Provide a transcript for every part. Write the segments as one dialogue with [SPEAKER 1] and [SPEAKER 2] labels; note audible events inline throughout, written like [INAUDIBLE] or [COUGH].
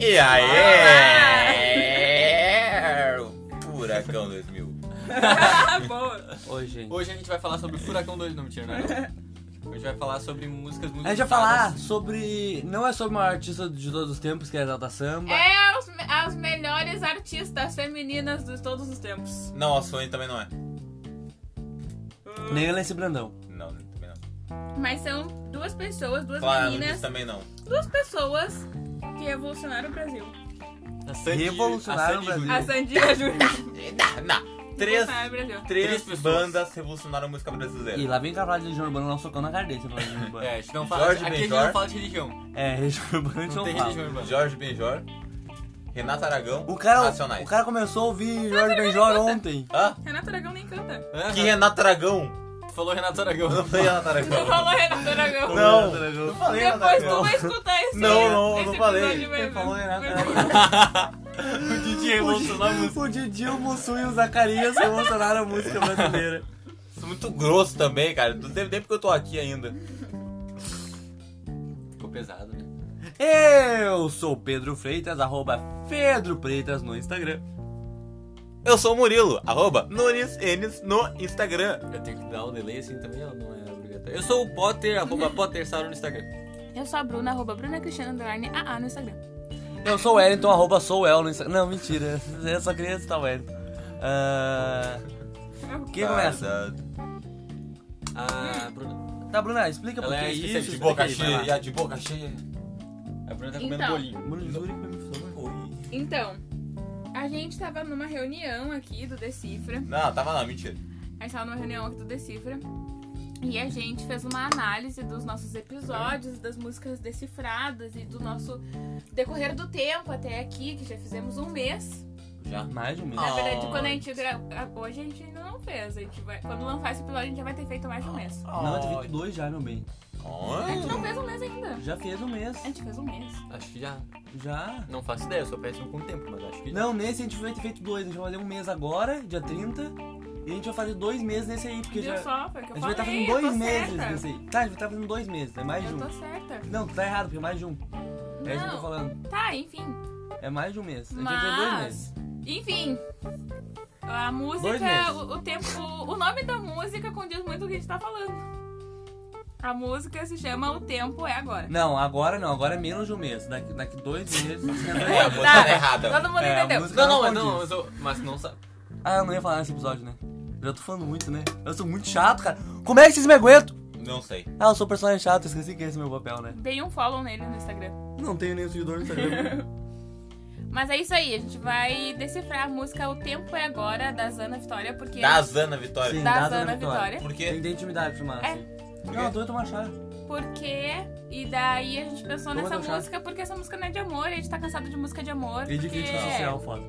[SPEAKER 1] E aí? Furacão 2000.
[SPEAKER 2] Boa.
[SPEAKER 3] Ô, gente.
[SPEAKER 4] Hoje a gente vai falar sobre Furacão 2, não mentira, né? A gente vai falar sobre músicas muito
[SPEAKER 3] A gente vai falar sobre. Não é sobre uma artista de todos os tempos, que é a Exalta Samba.
[SPEAKER 2] É os, as melhores artistas femininas de todos os tempos.
[SPEAKER 1] Não, a Sony também não é.
[SPEAKER 3] Nem a Lance Brandão.
[SPEAKER 1] Não, também não.
[SPEAKER 2] Mas são duas pessoas, duas
[SPEAKER 1] Clara Nunes
[SPEAKER 2] meninas,
[SPEAKER 1] também não.
[SPEAKER 2] duas pessoas que revolucionaram o Brasil.
[SPEAKER 1] Hum.
[SPEAKER 4] A Sandy,
[SPEAKER 3] Revolucionário
[SPEAKER 4] a
[SPEAKER 3] no
[SPEAKER 4] Sandy
[SPEAKER 3] Brasil.
[SPEAKER 2] A
[SPEAKER 4] Júnior.
[SPEAKER 2] Sandy e
[SPEAKER 1] [LAUGHS]
[SPEAKER 2] a Júlia
[SPEAKER 1] Não, não. Três,
[SPEAKER 2] revolucionaram o Brasil.
[SPEAKER 1] três
[SPEAKER 4] Três pessoas.
[SPEAKER 1] bandas revolucionaram a música brasileira.
[SPEAKER 3] E lá vem cá falar de religião urbana, não socou na cara dele, você falar de religião urbana.
[SPEAKER 4] É, a gente não fala.
[SPEAKER 1] Jorge
[SPEAKER 4] aqui a gente
[SPEAKER 1] Benjor.
[SPEAKER 4] não fala de religião. Não,
[SPEAKER 3] É, religião urbana a gente não,
[SPEAKER 4] tem
[SPEAKER 3] fala.
[SPEAKER 4] religião urbana.
[SPEAKER 1] Jorge Benjor, Renato Aragão,
[SPEAKER 3] O cara,
[SPEAKER 1] Racionais.
[SPEAKER 3] o cara começou a ouvir Jorge Benjor ontem.
[SPEAKER 1] Hã?
[SPEAKER 2] Renato Aragão nem canta.
[SPEAKER 4] Hã?
[SPEAKER 1] Que Renato Aragão?
[SPEAKER 4] Falou Renato
[SPEAKER 1] Eu
[SPEAKER 4] Aragão.
[SPEAKER 1] não falei Renato
[SPEAKER 2] Tu
[SPEAKER 1] Aragão.
[SPEAKER 2] falou Renato Aragão.
[SPEAKER 1] Não, não falei Renato
[SPEAKER 2] Depois tu
[SPEAKER 1] Aragão.
[SPEAKER 2] vai escutar esse
[SPEAKER 1] Não, não,
[SPEAKER 2] esse
[SPEAKER 1] não falei. é
[SPEAKER 2] episódio vai-
[SPEAKER 3] Ele falou Renato
[SPEAKER 2] vai-
[SPEAKER 3] Aragão.
[SPEAKER 4] o [LAUGHS] Didi revolucionou a música.
[SPEAKER 3] O Didi, o Mussum e o Zacarias revolucionaram a música brasileira.
[SPEAKER 1] Sou muito grosso também, cara. Não teve tempo que eu tô aqui ainda.
[SPEAKER 4] Ficou pesado, né?
[SPEAKER 3] Eu sou o Pedro Freitas, arroba Pedro Freitas no Instagram.
[SPEAKER 1] Eu sou o Murilo, arroba Nunes Enes no Instagram.
[SPEAKER 4] Eu tenho que dar o delay assim também, ou não é obrigatório? Eu sou o Potter, arroba Potter Sauro no Instagram.
[SPEAKER 2] [LAUGHS] Eu sou a Bruna, arroba Bruna Cristiana Underline AA no Instagram.
[SPEAKER 3] Eu sou o Wellington, arroba sou o El no Instagram. Não, mentira. Eu só queria citar o Wellington. Ah, quem começa?
[SPEAKER 4] Ah, Bruna.
[SPEAKER 3] Tá, Bruna, explica por
[SPEAKER 4] Ela
[SPEAKER 3] que
[SPEAKER 4] é
[SPEAKER 3] isso.
[SPEAKER 4] especialista
[SPEAKER 1] De
[SPEAKER 3] explica
[SPEAKER 1] boca
[SPEAKER 3] aí, vai lá.
[SPEAKER 1] cheia, de boca cheia.
[SPEAKER 4] A Bruna tá comendo
[SPEAKER 2] Então.
[SPEAKER 4] bolinho.
[SPEAKER 3] Manizuri, por favor.
[SPEAKER 2] Então, a gente tava numa reunião aqui do Decifra.
[SPEAKER 1] Não, tava não, mentira.
[SPEAKER 2] A gente tava numa reunião aqui do Decifra. E a gente fez uma análise dos nossos episódios, das músicas decifradas e do nosso decorrer do tempo até aqui, que já fizemos um mês.
[SPEAKER 1] Já.
[SPEAKER 3] Mais de um mês.
[SPEAKER 2] Na verdade,
[SPEAKER 4] Ah.
[SPEAKER 2] quando a gente gravou, hoje a gente ainda não fez. A gente vai, quando lançar esse episódio, a gente já vai ter feito mais de um mês.
[SPEAKER 3] Ah,
[SPEAKER 1] é
[SPEAKER 3] Não, teve 22 já, meu bem.
[SPEAKER 2] A gente não fez um mês ainda.
[SPEAKER 3] Já fez um mês.
[SPEAKER 2] A gente fez um mês.
[SPEAKER 4] Acho que já.
[SPEAKER 3] Já.
[SPEAKER 4] Não faço ideia, eu sou péssimo com o tempo, mas acho que já.
[SPEAKER 3] Não, nesse a gente vai ter feito dois. A gente vai fazer um mês agora, dia 30. E a gente vai fazer dois meses nesse aí, porque
[SPEAKER 2] Viu
[SPEAKER 3] já.
[SPEAKER 2] só? Foi o que
[SPEAKER 3] A gente vai
[SPEAKER 2] eu falei.
[SPEAKER 3] estar fazendo
[SPEAKER 2] eu
[SPEAKER 3] dois
[SPEAKER 2] tô
[SPEAKER 3] meses
[SPEAKER 2] certa.
[SPEAKER 3] nesse aí. Tá, a gente vai estar fazendo dois meses, é mais de
[SPEAKER 2] Eu
[SPEAKER 3] um.
[SPEAKER 2] tô certa.
[SPEAKER 3] Não, tu tá errado, porque é mais de um. É isso que eu tô
[SPEAKER 2] Não.
[SPEAKER 3] falando.
[SPEAKER 2] Tá, enfim.
[SPEAKER 3] É mais de um mês. A gente vai fazer dois meses.
[SPEAKER 2] Mas, enfim, a
[SPEAKER 3] Dois
[SPEAKER 2] música,
[SPEAKER 3] meses.
[SPEAKER 2] o, o tempo, o nome da música condiz muito o que a gente tá falando. A música se chama O Tempo é Agora.
[SPEAKER 3] Não, agora não, agora é menos de um mês. Daqui, daqui dois meses.
[SPEAKER 2] [LAUGHS]
[SPEAKER 1] É, a música tá errada.
[SPEAKER 2] Todo mundo
[SPEAKER 3] É, a
[SPEAKER 2] entendeu.
[SPEAKER 3] música-
[SPEAKER 4] Não, não, mas
[SPEAKER 3] Não,
[SPEAKER 4] não,
[SPEAKER 3] não
[SPEAKER 4] mas, eu, mas não sabe.
[SPEAKER 3] ah, eu não ia falar nesse episódio, né? Já tô falando muito, né? Eu sou muito chato, cara. Como é que vocês me aguentam?
[SPEAKER 1] Não sei.
[SPEAKER 3] Ah, eu sou um personagem chato, esqueci que esse é o meu papel, né?
[SPEAKER 2] Dei um follow nele no Instagram.
[SPEAKER 3] Não tenho nenhum seguidor no [LAUGHS] Instagram.
[SPEAKER 2] Mas é isso aí, a gente vai decifrar a música O Tempo é Agora, da Zana Vitória, porque...
[SPEAKER 1] Da Zana Vitória.
[SPEAKER 3] Sim.
[SPEAKER 2] da
[SPEAKER 3] da
[SPEAKER 2] Zana
[SPEAKER 3] Zana
[SPEAKER 2] Vitória.
[SPEAKER 1] Por
[SPEAKER 3] Tem que
[SPEAKER 1] quê?
[SPEAKER 3] ter intimidade pra
[SPEAKER 2] É.
[SPEAKER 3] massa. Não, eu tô tomando chá.
[SPEAKER 2] Porque... E daí a gente pensou
[SPEAKER 3] Vamos
[SPEAKER 2] nessa
[SPEAKER 3] deixar.
[SPEAKER 2] música porque essa música não é de amor e a gente tá cansado de música de amor.
[SPEAKER 3] E de
[SPEAKER 2] porque-
[SPEAKER 3] crítica social, foda.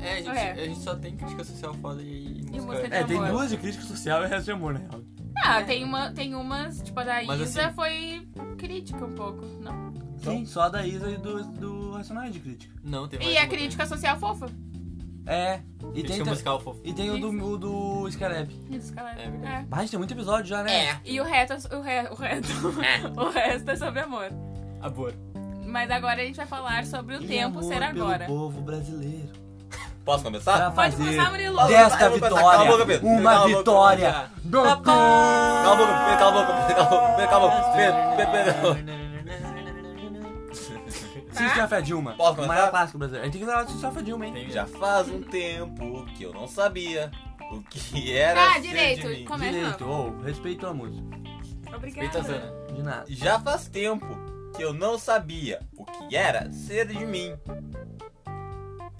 [SPEAKER 4] É, a gente,
[SPEAKER 2] É.
[SPEAKER 4] a gente só tem crítica social foda e, música.
[SPEAKER 2] música de
[SPEAKER 3] É, tem
[SPEAKER 2] amor.
[SPEAKER 3] duas de crítica social e o resto de amor, né? na real.
[SPEAKER 2] Ah, tem, uma, tem umas, tipo, a da
[SPEAKER 4] Mas
[SPEAKER 2] Isa
[SPEAKER 4] assim-
[SPEAKER 2] foi crítica um pouco, não?
[SPEAKER 3] Sim, só a da Isa e do, do Racionais de crítica.
[SPEAKER 4] Não, tem mais
[SPEAKER 2] E a
[SPEAKER 4] uma, né?
[SPEAKER 2] crítica social fofa.
[SPEAKER 3] É, e tem,
[SPEAKER 4] Crítica
[SPEAKER 3] ta-
[SPEAKER 4] um musical, fofo.
[SPEAKER 3] e tem o do, o do Scarab.
[SPEAKER 2] Isso, galera.
[SPEAKER 4] É verdade.
[SPEAKER 3] Mas a gente tem muito episódio já, né?
[SPEAKER 2] É. E o resto, é- o, re, o resto, [LAUGHS] o resto é sobre amor.
[SPEAKER 4] Amor.
[SPEAKER 2] Mas agora a gente vai falar sobre o
[SPEAKER 3] E
[SPEAKER 2] um tempo
[SPEAKER 3] amor
[SPEAKER 2] ser
[SPEAKER 3] pelo
[SPEAKER 2] agora.
[SPEAKER 3] povo brasileiro.
[SPEAKER 1] Posso
[SPEAKER 3] Pra
[SPEAKER 1] começar?
[SPEAKER 2] Pode
[SPEAKER 3] fazer
[SPEAKER 2] começar, Murilo.
[SPEAKER 3] desta
[SPEAKER 1] Eu vou começar. Cala a boca,
[SPEAKER 3] vitória,
[SPEAKER 1] Pedro. Cala a
[SPEAKER 3] uma
[SPEAKER 1] boca,
[SPEAKER 3] vitória
[SPEAKER 4] Pedro.
[SPEAKER 3] do Cala
[SPEAKER 1] Cala a boca, Pedro, cala a boca, Pedro, cala a boca, cala a boca, Pedro, Pedro, Pedro.
[SPEAKER 3] System of a Dilma,
[SPEAKER 1] Posso
[SPEAKER 3] o
[SPEAKER 1] começar?
[SPEAKER 3] maior clássico brasileiro. A gente tem que falar de System of a Dilma, hein?
[SPEAKER 4] Tem
[SPEAKER 1] Já faz um tempo que eu não sabia o que era
[SPEAKER 2] Tá,
[SPEAKER 1] ser
[SPEAKER 2] direito.
[SPEAKER 1] de mim.
[SPEAKER 2] Começa.
[SPEAKER 3] Direito, ô, respeito a música.
[SPEAKER 2] Obrigada.
[SPEAKER 4] Respeita a Zana.
[SPEAKER 3] De nada.
[SPEAKER 1] Já faz tempo que eu não sabia o que era ser de mim.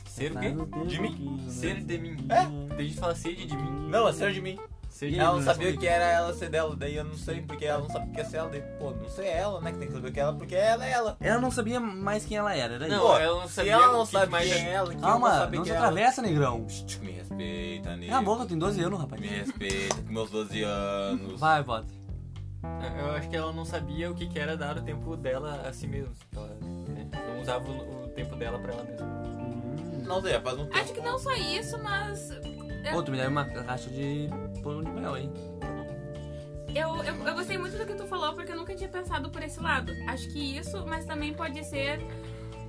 [SPEAKER 4] Ser o
[SPEAKER 3] Mas não
[SPEAKER 4] quê?
[SPEAKER 3] tem
[SPEAKER 1] De mim?
[SPEAKER 3] pouquinho,
[SPEAKER 4] Ser de mim.
[SPEAKER 3] É?
[SPEAKER 4] Tem gente que fala sede de mim.
[SPEAKER 1] Não, é ser de mim.
[SPEAKER 4] Ser de
[SPEAKER 3] E
[SPEAKER 1] Ela não é
[SPEAKER 3] Bruna,
[SPEAKER 1] sabia o
[SPEAKER 3] explica.
[SPEAKER 1] que era ela ser dela, daí eu não sei porque ela não sabia o que é ser ela, daí, pô, não sei é ela, né? Que tem que saber o que é ela, porque ela é ela.
[SPEAKER 3] Ela não sabia mais quem ela era, era
[SPEAKER 4] Não,
[SPEAKER 3] isso.
[SPEAKER 1] Pô,
[SPEAKER 4] ela não
[SPEAKER 1] Se
[SPEAKER 4] sabia
[SPEAKER 1] ela
[SPEAKER 4] o
[SPEAKER 1] não
[SPEAKER 4] que
[SPEAKER 1] sabe
[SPEAKER 4] mais-
[SPEAKER 1] quem é ela, que eu não
[SPEAKER 3] Calma,
[SPEAKER 1] sabia
[SPEAKER 3] não
[SPEAKER 1] que
[SPEAKER 3] se
[SPEAKER 1] é ela.
[SPEAKER 3] atravessa, negrão.
[SPEAKER 1] Tch, Me respeita, nego.
[SPEAKER 3] Cala a boca, tem 12 anos, rapaz.
[SPEAKER 1] Me respeita, com meus 12 anos.
[SPEAKER 3] Vai, Potter.
[SPEAKER 4] Eu acho que ela não sabia o que que era dar o tempo dela a si mesma. Ela né, não usava o o tempo dela pra ela mesma.
[SPEAKER 1] Não sei, já faz um tempo.
[SPEAKER 2] Acho que não só isso, mas
[SPEAKER 3] Ô, tu me deve uma caixa de pão de mel, hein?
[SPEAKER 2] eu, eu, eu gostei muito do que tu falou, porque eu nunca tinha pensado por esse lado. Acho que isso, mas também pode ser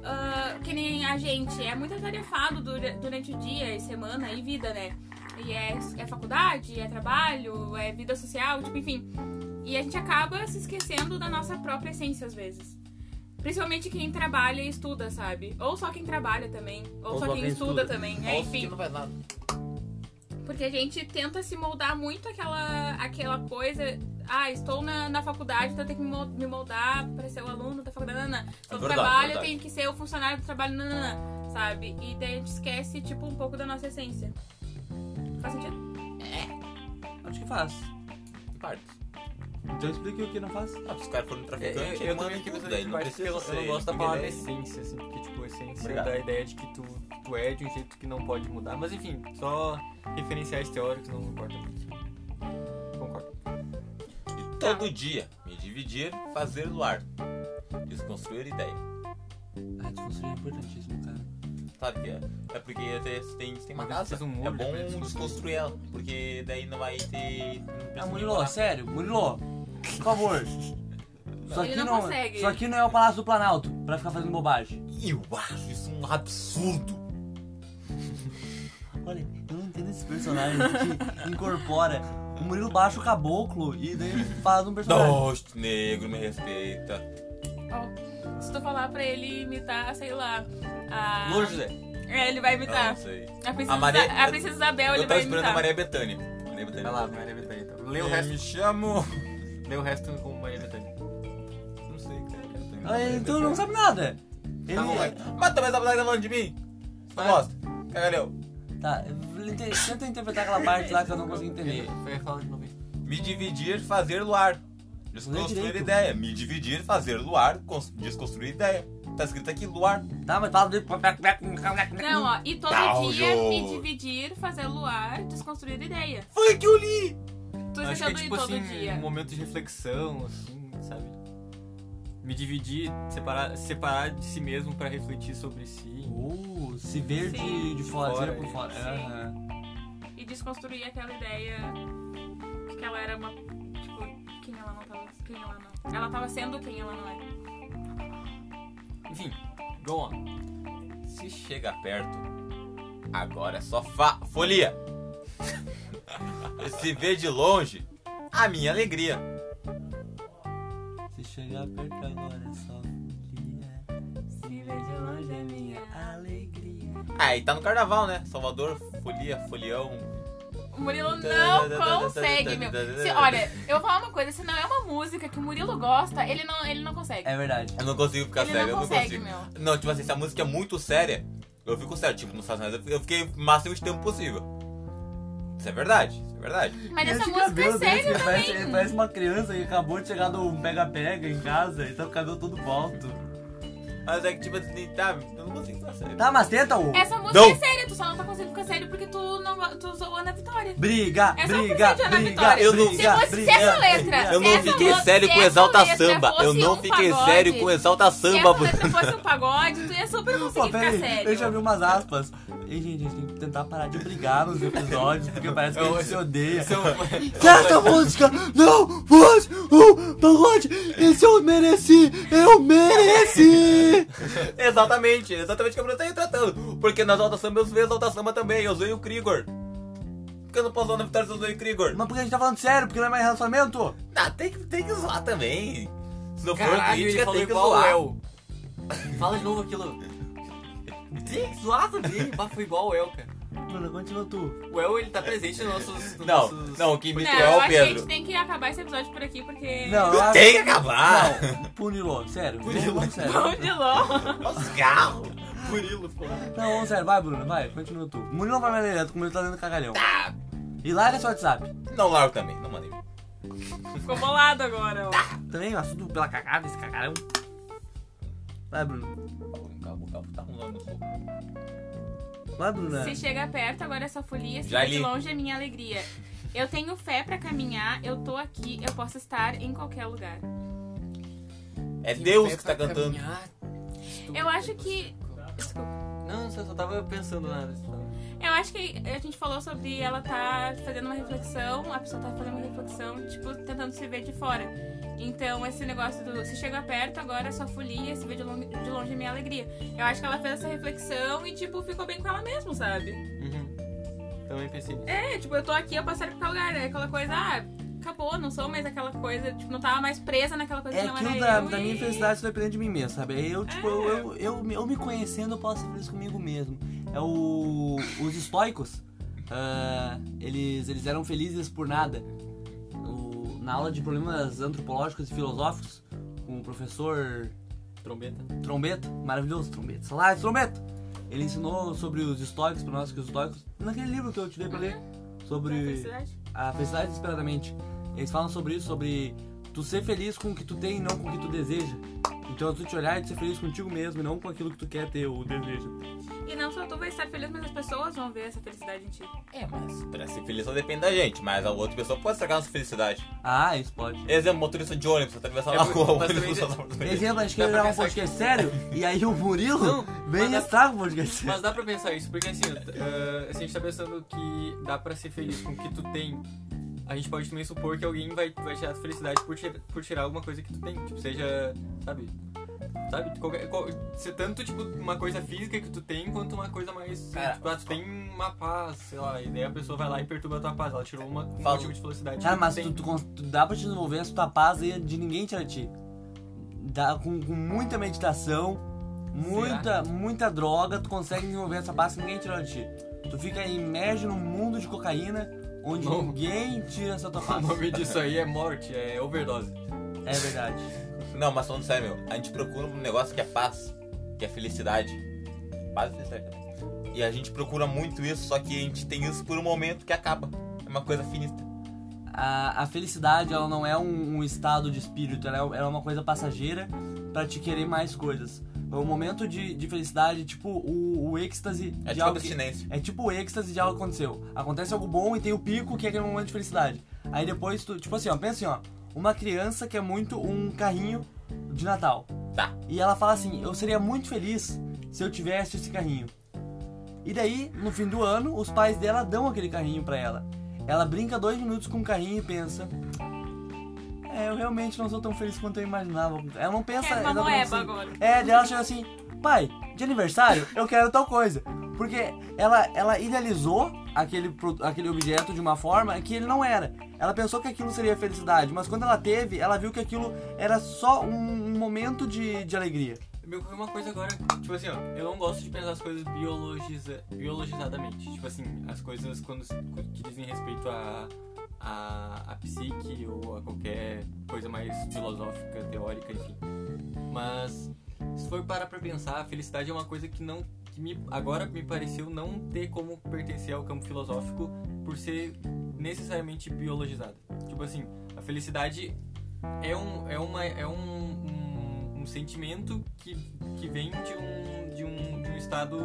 [SPEAKER 2] ah, que nem a gente, é muito atarefado dura- durante o dia e semana e vida, né? E é, é faculdade, é trabalho, é vida social, tipo, enfim. E a gente acaba se esquecendo da nossa própria essência às vezes. Principalmente quem trabalha e estuda, sabe? Ou só quem trabalha também. Ou, só quem, estuda, também. É,
[SPEAKER 1] Nossa, tipo, que
[SPEAKER 2] enfim.
[SPEAKER 1] não faz nada.
[SPEAKER 2] Porque a gente tenta se moldar muito aquela, aquela coisa. Ah, estou na, na faculdade, então eu tenho que me mol- me moldar para ser o aluno da faculdade. Nanana. Estou no
[SPEAKER 1] É verdade,
[SPEAKER 2] trabalho, eu
[SPEAKER 1] verdade.
[SPEAKER 2] tenho que ser o funcionário do trabalho. Nanana, sabe? E daí a gente esquece, tipo, um pouco da nossa essência. Faz sentido?
[SPEAKER 3] Acho que faz.
[SPEAKER 1] Parte.
[SPEAKER 3] Então explique o que não faz.
[SPEAKER 1] Ah, se os caras foram
[SPEAKER 4] É,
[SPEAKER 1] traficantes,
[SPEAKER 4] eu, eu
[SPEAKER 1] manda
[SPEAKER 4] também
[SPEAKER 1] em
[SPEAKER 4] queria
[SPEAKER 1] tudo,
[SPEAKER 4] fazer
[SPEAKER 1] daí
[SPEAKER 4] esse
[SPEAKER 1] não
[SPEAKER 4] debate, porque
[SPEAKER 1] precisa
[SPEAKER 4] eu, eu
[SPEAKER 1] ser
[SPEAKER 4] não gosto da palavra
[SPEAKER 1] guerreiro.
[SPEAKER 4] essência, assim, porque, tipo, essência
[SPEAKER 1] Obrigado.
[SPEAKER 4] dá a ideia de que tu, tu é de um jeito que não pode mudar. Mas, enfim, só referenciais teóricos não importa muito. Concordo.
[SPEAKER 1] E todo dia, me dividir, fazer luar. Desconstruir ideia.
[SPEAKER 3] Ah, desconstruir é importantíssimo, cara.
[SPEAKER 1] Sabe que é? É porque até se tem, se tem uma
[SPEAKER 4] Mas
[SPEAKER 1] casa,
[SPEAKER 4] precisa um muro
[SPEAKER 1] é
[SPEAKER 4] pra
[SPEAKER 1] bom
[SPEAKER 4] desconstruir.
[SPEAKER 1] desconstruir ela, porque daí não vai ter...
[SPEAKER 4] É um
[SPEAKER 1] Não precisa
[SPEAKER 3] Ah,
[SPEAKER 1] nem
[SPEAKER 3] Murilo,
[SPEAKER 1] morar.
[SPEAKER 3] sério, Murilo, por favor. Isso
[SPEAKER 2] Ele
[SPEAKER 3] aqui
[SPEAKER 2] não
[SPEAKER 3] não,
[SPEAKER 2] consegue.
[SPEAKER 3] isso aqui não é o Palácio do Planalto, pra ficar fazendo bobagem.
[SPEAKER 1] Eu acho isso um absurdo.
[SPEAKER 3] Olha, eu não entendo esse personagem [LAUGHS] que incorpora. O Murilo baixa o caboclo e daí ele faz um personagem.
[SPEAKER 1] Nossa, negro, me respeita.
[SPEAKER 2] Tá. Ó, se tu falar pra ele imitar, sei lá. A...
[SPEAKER 3] Lô, José.
[SPEAKER 2] É, ele vai
[SPEAKER 1] Ah,
[SPEAKER 2] imitar.
[SPEAKER 1] não sei.
[SPEAKER 2] A princesa,
[SPEAKER 1] A Maria-
[SPEAKER 2] a princesa Isabel, Então ele
[SPEAKER 1] Eu tava
[SPEAKER 2] vai
[SPEAKER 1] esperando a
[SPEAKER 2] imitar.
[SPEAKER 1] Maria Bethânia. Maria Bethânia.
[SPEAKER 4] Vai lá, Maria Bethânia, então. Lê
[SPEAKER 1] Eu
[SPEAKER 4] o resto,
[SPEAKER 1] me chamo...
[SPEAKER 4] lê o resto com Maria Bethânia.
[SPEAKER 1] Não sei, cara. eu tô imitando
[SPEAKER 3] Ah,
[SPEAKER 1] Maria
[SPEAKER 3] então não
[SPEAKER 1] Bethânia.
[SPEAKER 3] sabe nada. Ele...
[SPEAKER 4] Tá bom, vai.
[SPEAKER 1] Mas também tá falando de mim. Não
[SPEAKER 4] Vai.
[SPEAKER 1] gosta. Cagalhão.
[SPEAKER 3] Tá, ele te- tenta interpretar aquela parte lá que eu não consegui entender.
[SPEAKER 4] Vai falar de novo aí.
[SPEAKER 1] Me dividir, fazer luar. Desconstruir
[SPEAKER 3] direito.
[SPEAKER 1] ideia. Me dividir, fazer luar. cons- Desconstruir ideia. Tá escrito aqui luar.
[SPEAKER 3] Tá, mas fala do.
[SPEAKER 2] Não, ó, e todo
[SPEAKER 1] Tá,
[SPEAKER 2] dia
[SPEAKER 1] Jô.
[SPEAKER 2] me dividir, fazer luar, desconstruir ideia.
[SPEAKER 1] Foi que eu li!
[SPEAKER 4] Acho que é
[SPEAKER 2] Tu esquecendo de
[SPEAKER 4] tipo
[SPEAKER 2] todo
[SPEAKER 4] assim,
[SPEAKER 2] dia.
[SPEAKER 4] um momento de reflexão, assim, sabe? Me dividir, separar, separar de si mesmo pra refletir sobre si.
[SPEAKER 3] Uh, se ver de,
[SPEAKER 2] Sim.
[SPEAKER 3] de fora, se ver
[SPEAKER 4] Fora,
[SPEAKER 3] por
[SPEAKER 4] é.
[SPEAKER 3] fora.
[SPEAKER 2] Sim.
[SPEAKER 3] Aham.
[SPEAKER 2] e desconstruir aquela ideia de que ela era uma. Tipo, quem ela não tava. Quem ela não. Ela tava sendo quem ela não é.
[SPEAKER 4] Enfim, go
[SPEAKER 1] [LAUGHS]
[SPEAKER 4] on.
[SPEAKER 1] Se chega perto, agora é só fa folia. [LAUGHS] Se vê de longe, a minha alegria.
[SPEAKER 3] Se chegar perto agora é só folia.
[SPEAKER 2] Se vê de longe é minha.
[SPEAKER 3] alegria.
[SPEAKER 1] Ah, e tá no carnaval, né? Salvador, folia, folião.
[SPEAKER 2] O Murilo não consegue, meu. Se- olha, eu vou falar uma coisa, se não é uma música que o Murilo gosta, ele não, ele não consegue.
[SPEAKER 3] É verdade.
[SPEAKER 1] Eu não consigo ficar
[SPEAKER 2] Ele
[SPEAKER 1] sério,
[SPEAKER 2] não
[SPEAKER 1] eu não
[SPEAKER 2] consegue,
[SPEAKER 1] consigo.
[SPEAKER 2] meu.
[SPEAKER 1] Não, tipo assim, se a música é muito séria, eu fico sério. Tipo, não faz nada. Eu fiquei o máximo de tempo possível. Isso é verdade, isso é verdade.
[SPEAKER 2] Mas
[SPEAKER 3] E
[SPEAKER 2] essa
[SPEAKER 3] esse
[SPEAKER 2] música é
[SPEAKER 3] cabelo desse,
[SPEAKER 2] séria
[SPEAKER 3] ele parece, ele
[SPEAKER 2] também.
[SPEAKER 3] parece uma criança que acabou de chegar do pega-pega em casa e tá com o cabelo todo volto.
[SPEAKER 1] Mas é que, tipo assim, tá, eu não consigo ficar sério.
[SPEAKER 3] Tá, mas tenta o.
[SPEAKER 2] Essa música
[SPEAKER 1] Não.
[SPEAKER 2] é séria, tu só não tá conseguindo ficar sério porque tu, não, tu zoou a Ana Vitória.
[SPEAKER 3] Briga,
[SPEAKER 2] É só por
[SPEAKER 3] briga,
[SPEAKER 2] ser de Ana
[SPEAKER 3] briga,
[SPEAKER 2] Vitória.
[SPEAKER 1] Eu não-
[SPEAKER 2] Se
[SPEAKER 3] briga,
[SPEAKER 2] fosse se
[SPEAKER 3] briga.
[SPEAKER 2] essa letra.
[SPEAKER 1] Eu
[SPEAKER 2] se
[SPEAKER 1] não
[SPEAKER 2] essa
[SPEAKER 1] fiquei
[SPEAKER 2] mu-
[SPEAKER 1] sério
[SPEAKER 2] se
[SPEAKER 1] com
[SPEAKER 2] essa
[SPEAKER 1] Exalta
[SPEAKER 2] letra
[SPEAKER 1] Samba. Eu
[SPEAKER 2] fosse
[SPEAKER 1] não
[SPEAKER 2] um
[SPEAKER 1] fiquei
[SPEAKER 2] pagode,
[SPEAKER 1] sério com Exalta
[SPEAKER 2] Se
[SPEAKER 1] Samba.
[SPEAKER 2] essa letra fosse um pagode, tu ia super
[SPEAKER 3] Pô,
[SPEAKER 2] conseguir ficar
[SPEAKER 3] peraí, deixa eu
[SPEAKER 2] sério.
[SPEAKER 3] abrir umas aspas. Ei, gente, a gente tem que tentar parar de brigar nos episódios, porque parece que a gente se odeia.
[SPEAKER 4] Então, [LAUGHS]
[SPEAKER 3] Essa música não foi um pagode, esse eu mereci, eu mereci.
[SPEAKER 1] Exatamente, exatamente o que eu tô tratando. Porque na Exalta Samba eu usei Exalta Samba também, eu usei o Krigor. Por que eu não posso usar na vitória se eu usei o Krigor?
[SPEAKER 3] Mas porque a gente tá falando sério, porque não é mais relacionamento?
[SPEAKER 1] Ah, tem que, tem que zoar também. Se não for
[SPEAKER 4] Caralho, ele
[SPEAKER 1] crítica,
[SPEAKER 4] um falou
[SPEAKER 1] tem que
[SPEAKER 4] igual o
[SPEAKER 1] zoar. [LAUGHS]
[SPEAKER 4] El. Fala de novo aquilo. Tem que zoar também. Bah, foi igual o El, cara.
[SPEAKER 3] Mano, continua tu.
[SPEAKER 4] O El, ele tá presente nos nossos... Nos
[SPEAKER 1] Não,
[SPEAKER 4] nossos...
[SPEAKER 1] não, o que
[SPEAKER 2] Não,
[SPEAKER 1] imitou é
[SPEAKER 2] eu
[SPEAKER 1] o
[SPEAKER 2] acho que a gente
[SPEAKER 1] Pedro.
[SPEAKER 2] tem que acabar esse episódio por aqui, porque.
[SPEAKER 3] um Não, eu acho...
[SPEAKER 1] Tem que acabar!
[SPEAKER 3] Punilô, sério.
[SPEAKER 1] Punilô.
[SPEAKER 3] Vamos sério.
[SPEAKER 2] [LAUGHS] Vamos de longe.
[SPEAKER 1] Os carros!
[SPEAKER 4] Murilo, pô.
[SPEAKER 3] Não, vamos sério, vai, Bruno, vai, continua tu. Murilo vai mais direto, como ele tá dando cagalhão. E larga seu WhatsApp.
[SPEAKER 1] Não largo também, não mandei.
[SPEAKER 2] Ficou bolado agora, ó.
[SPEAKER 3] Também, um assunto pela cagada, esse cagalhão. Vai, Bruno.
[SPEAKER 1] Calma, calma, tá rolando no soco.
[SPEAKER 3] Vai, Bruno.
[SPEAKER 2] Se chega perto, agora essa folia, se
[SPEAKER 1] Já
[SPEAKER 2] vê de
[SPEAKER 1] li.
[SPEAKER 2] longe é minha alegria. Eu tenho fé pra caminhar, eu tô aqui, eu posso estar em qualquer lugar.
[SPEAKER 1] É Deus que tá cantando.
[SPEAKER 2] Eu acho que. Desculpa.
[SPEAKER 4] Não, eu só tava pensando nada. assim, tava-
[SPEAKER 2] Eu acho que a gente falou sobre ela tá fazendo uma reflexão, a pessoa tá fazendo uma reflexão, tipo, tentando se ver de fora. Então, esse negócio do se chega perto, agora é só folia, se vê de longe, de longe é minha alegria. Eu acho que ela fez essa reflexão e, tipo, ficou bem com ela mesma, sabe?
[SPEAKER 4] Uhum. Também pensei nisso.
[SPEAKER 2] É, tipo, eu tô aqui, eu passar pra tal lugar, é aquela coisa, ah, acabou, não sou mais aquela coisa, tipo, não tava mais presa naquela coisa
[SPEAKER 3] É
[SPEAKER 2] que não era
[SPEAKER 3] aquilo da,
[SPEAKER 2] eu
[SPEAKER 3] da
[SPEAKER 2] e-
[SPEAKER 3] minha felicidade tá dependendo de mim mesmo, sabe? Eu, tipo, eu, eu, eu, eu me conhecendo, eu posso ser feliz comigo mesmo. É o. Os estoicos, ah, eles, eles eram felizes por nada. O- na aula de problemas antropológicos e filosóficos, com o professor
[SPEAKER 4] Trombeta.
[SPEAKER 3] Trombeta, maravilhoso Trombeta, salário Trombeta. Ele ensinou sobre os estoicos pra nós, que os estoicos. Naquele livro que eu te dei pra ler,
[SPEAKER 2] Da
[SPEAKER 3] sobre
[SPEAKER 2] felicidade.
[SPEAKER 3] a felicidade desesperadamente. Eles falam sobre isso, sobre tu ser feliz com o que tu tem e não com o que tu deseja. Então tu te olhar e tu ser feliz contigo mesmo e não com aquilo que tu quer ter ou deseja.
[SPEAKER 2] E não só tu vai estar feliz, mas as pessoas vão ver essa felicidade em ti.
[SPEAKER 1] É, mas pra ser feliz só depende da gente, mas a outra pessoa pode estragar a nossa felicidade.
[SPEAKER 3] Ah, isso pode.
[SPEAKER 1] Exemplo, motorista de ônibus, atravessar
[SPEAKER 4] É,
[SPEAKER 1] a
[SPEAKER 4] mas-
[SPEAKER 1] rua, o
[SPEAKER 4] mas
[SPEAKER 1] ônibus
[SPEAKER 4] também-
[SPEAKER 1] passar por frente.
[SPEAKER 3] Exemplo, a gente
[SPEAKER 4] Dá
[SPEAKER 3] quer
[SPEAKER 4] pra
[SPEAKER 3] gravar um
[SPEAKER 4] pensar
[SPEAKER 3] podcast sério e aí o Murilo
[SPEAKER 4] Não, mas
[SPEAKER 3] vem
[SPEAKER 4] é
[SPEAKER 3] e
[SPEAKER 4] dá-
[SPEAKER 3] estraga o podcast sério.
[SPEAKER 4] Mas dá pra pensar isso, porque assim, eh, se a gente tá pensando que dá pra ser feliz com o que tu tem, a gente pode também supor que alguém vai, vai tirar felicidade por, tir- por tirar alguma coisa que tu tem. Tipo, seja, sabe? Sabe? Qualquer, qual- se tanto, tipo, uma coisa física que tu tem, quanto uma coisa mais.
[SPEAKER 3] É,
[SPEAKER 1] Cara,
[SPEAKER 4] tipo, ah, tu tem uma paz, sei lá, e daí a pessoa vai lá e perturba a tua paz. Ela tirou uma, um
[SPEAKER 1] Fala.
[SPEAKER 4] motivo de felicidade.
[SPEAKER 1] Tipo,
[SPEAKER 3] Cara,
[SPEAKER 4] que
[SPEAKER 3] Ah, mas
[SPEAKER 4] tem.
[SPEAKER 3] tu, tu, cons- tu dá pra te desenvolver essa tua paz aí de ninguém tirar de ti. Dá, com, com muita meditação, muita, muita droga, tu consegue desenvolver essa paz que ninguém tirou de ti. Tu fica imerso num mundo de cocaína onde
[SPEAKER 4] Não.
[SPEAKER 3] ninguém tira essa tua
[SPEAKER 4] O
[SPEAKER 3] paz.
[SPEAKER 4] nome disso aí é morte, é overdose.
[SPEAKER 3] É verdade.
[SPEAKER 1] Não, mas falando sério, meu, a gente procura um negócio que é paz, que é felicidade. Paz e felicidade. né? E a gente procura muito isso, só que a gente tem isso por um momento que acaba. É uma coisa finita.
[SPEAKER 3] A, a felicidade, ela não é um, um estado de espírito, ela é, ela é uma coisa passageira pra te querer mais coisas. É um momento de, de felicidade, tipo o, o êxtase
[SPEAKER 1] É
[SPEAKER 3] de
[SPEAKER 1] tipo
[SPEAKER 3] algo que-
[SPEAKER 1] abstinência.
[SPEAKER 3] É tipo o êxtase de algo que aconteceu. Acontece algo bom e tem o pico, que é aquele momento de felicidade. Aí depois tu, tipo assim, ó, pensa assim, ó, uma criança que é muito um carrinho de Natal.
[SPEAKER 1] Tá.
[SPEAKER 3] E ela fala assim: "Eu seria muito feliz se eu tivesse esse carrinho". E daí, no fim do ano, os pais dela dão aquele carrinho pra ela. Ela brinca dois minutos com o carrinho e pensa: "É, eu realmente não sou tão feliz quanto eu imaginava". Ela não pensa
[SPEAKER 2] Quero uma
[SPEAKER 3] exatamente
[SPEAKER 2] moeba
[SPEAKER 3] assim.
[SPEAKER 2] agora.
[SPEAKER 3] É, daí ela chega assim, pai, de aniversário eu quero tal coisa. Porque ela, ela idealizou aquele, pro- aquele objeto de uma forma que ele não era. Ela pensou que aquilo seria felicidade, mas quando ela teve, ela viu que aquilo era só um, um momento de, de alegria.
[SPEAKER 4] Me ocorreu uma coisa agora, tipo assim, ó, eu não gosto de pensar as coisas biologiza, biologizadamente. Tipo assim, as coisas quando, se- que dizem respeito a, a, a psique ou a qualquer coisa mais filosófica, teórica, enfim. Mas se for parar pra pensar, a felicidade é uma coisa que não. que me, agora me pareceu não ter como pertencer ao campo filosófico por ser necessariamente biologizada. Tipo assim, a felicidade é um, é uma, é um, um, um sentimento que, que vem de um, de, um, de um estado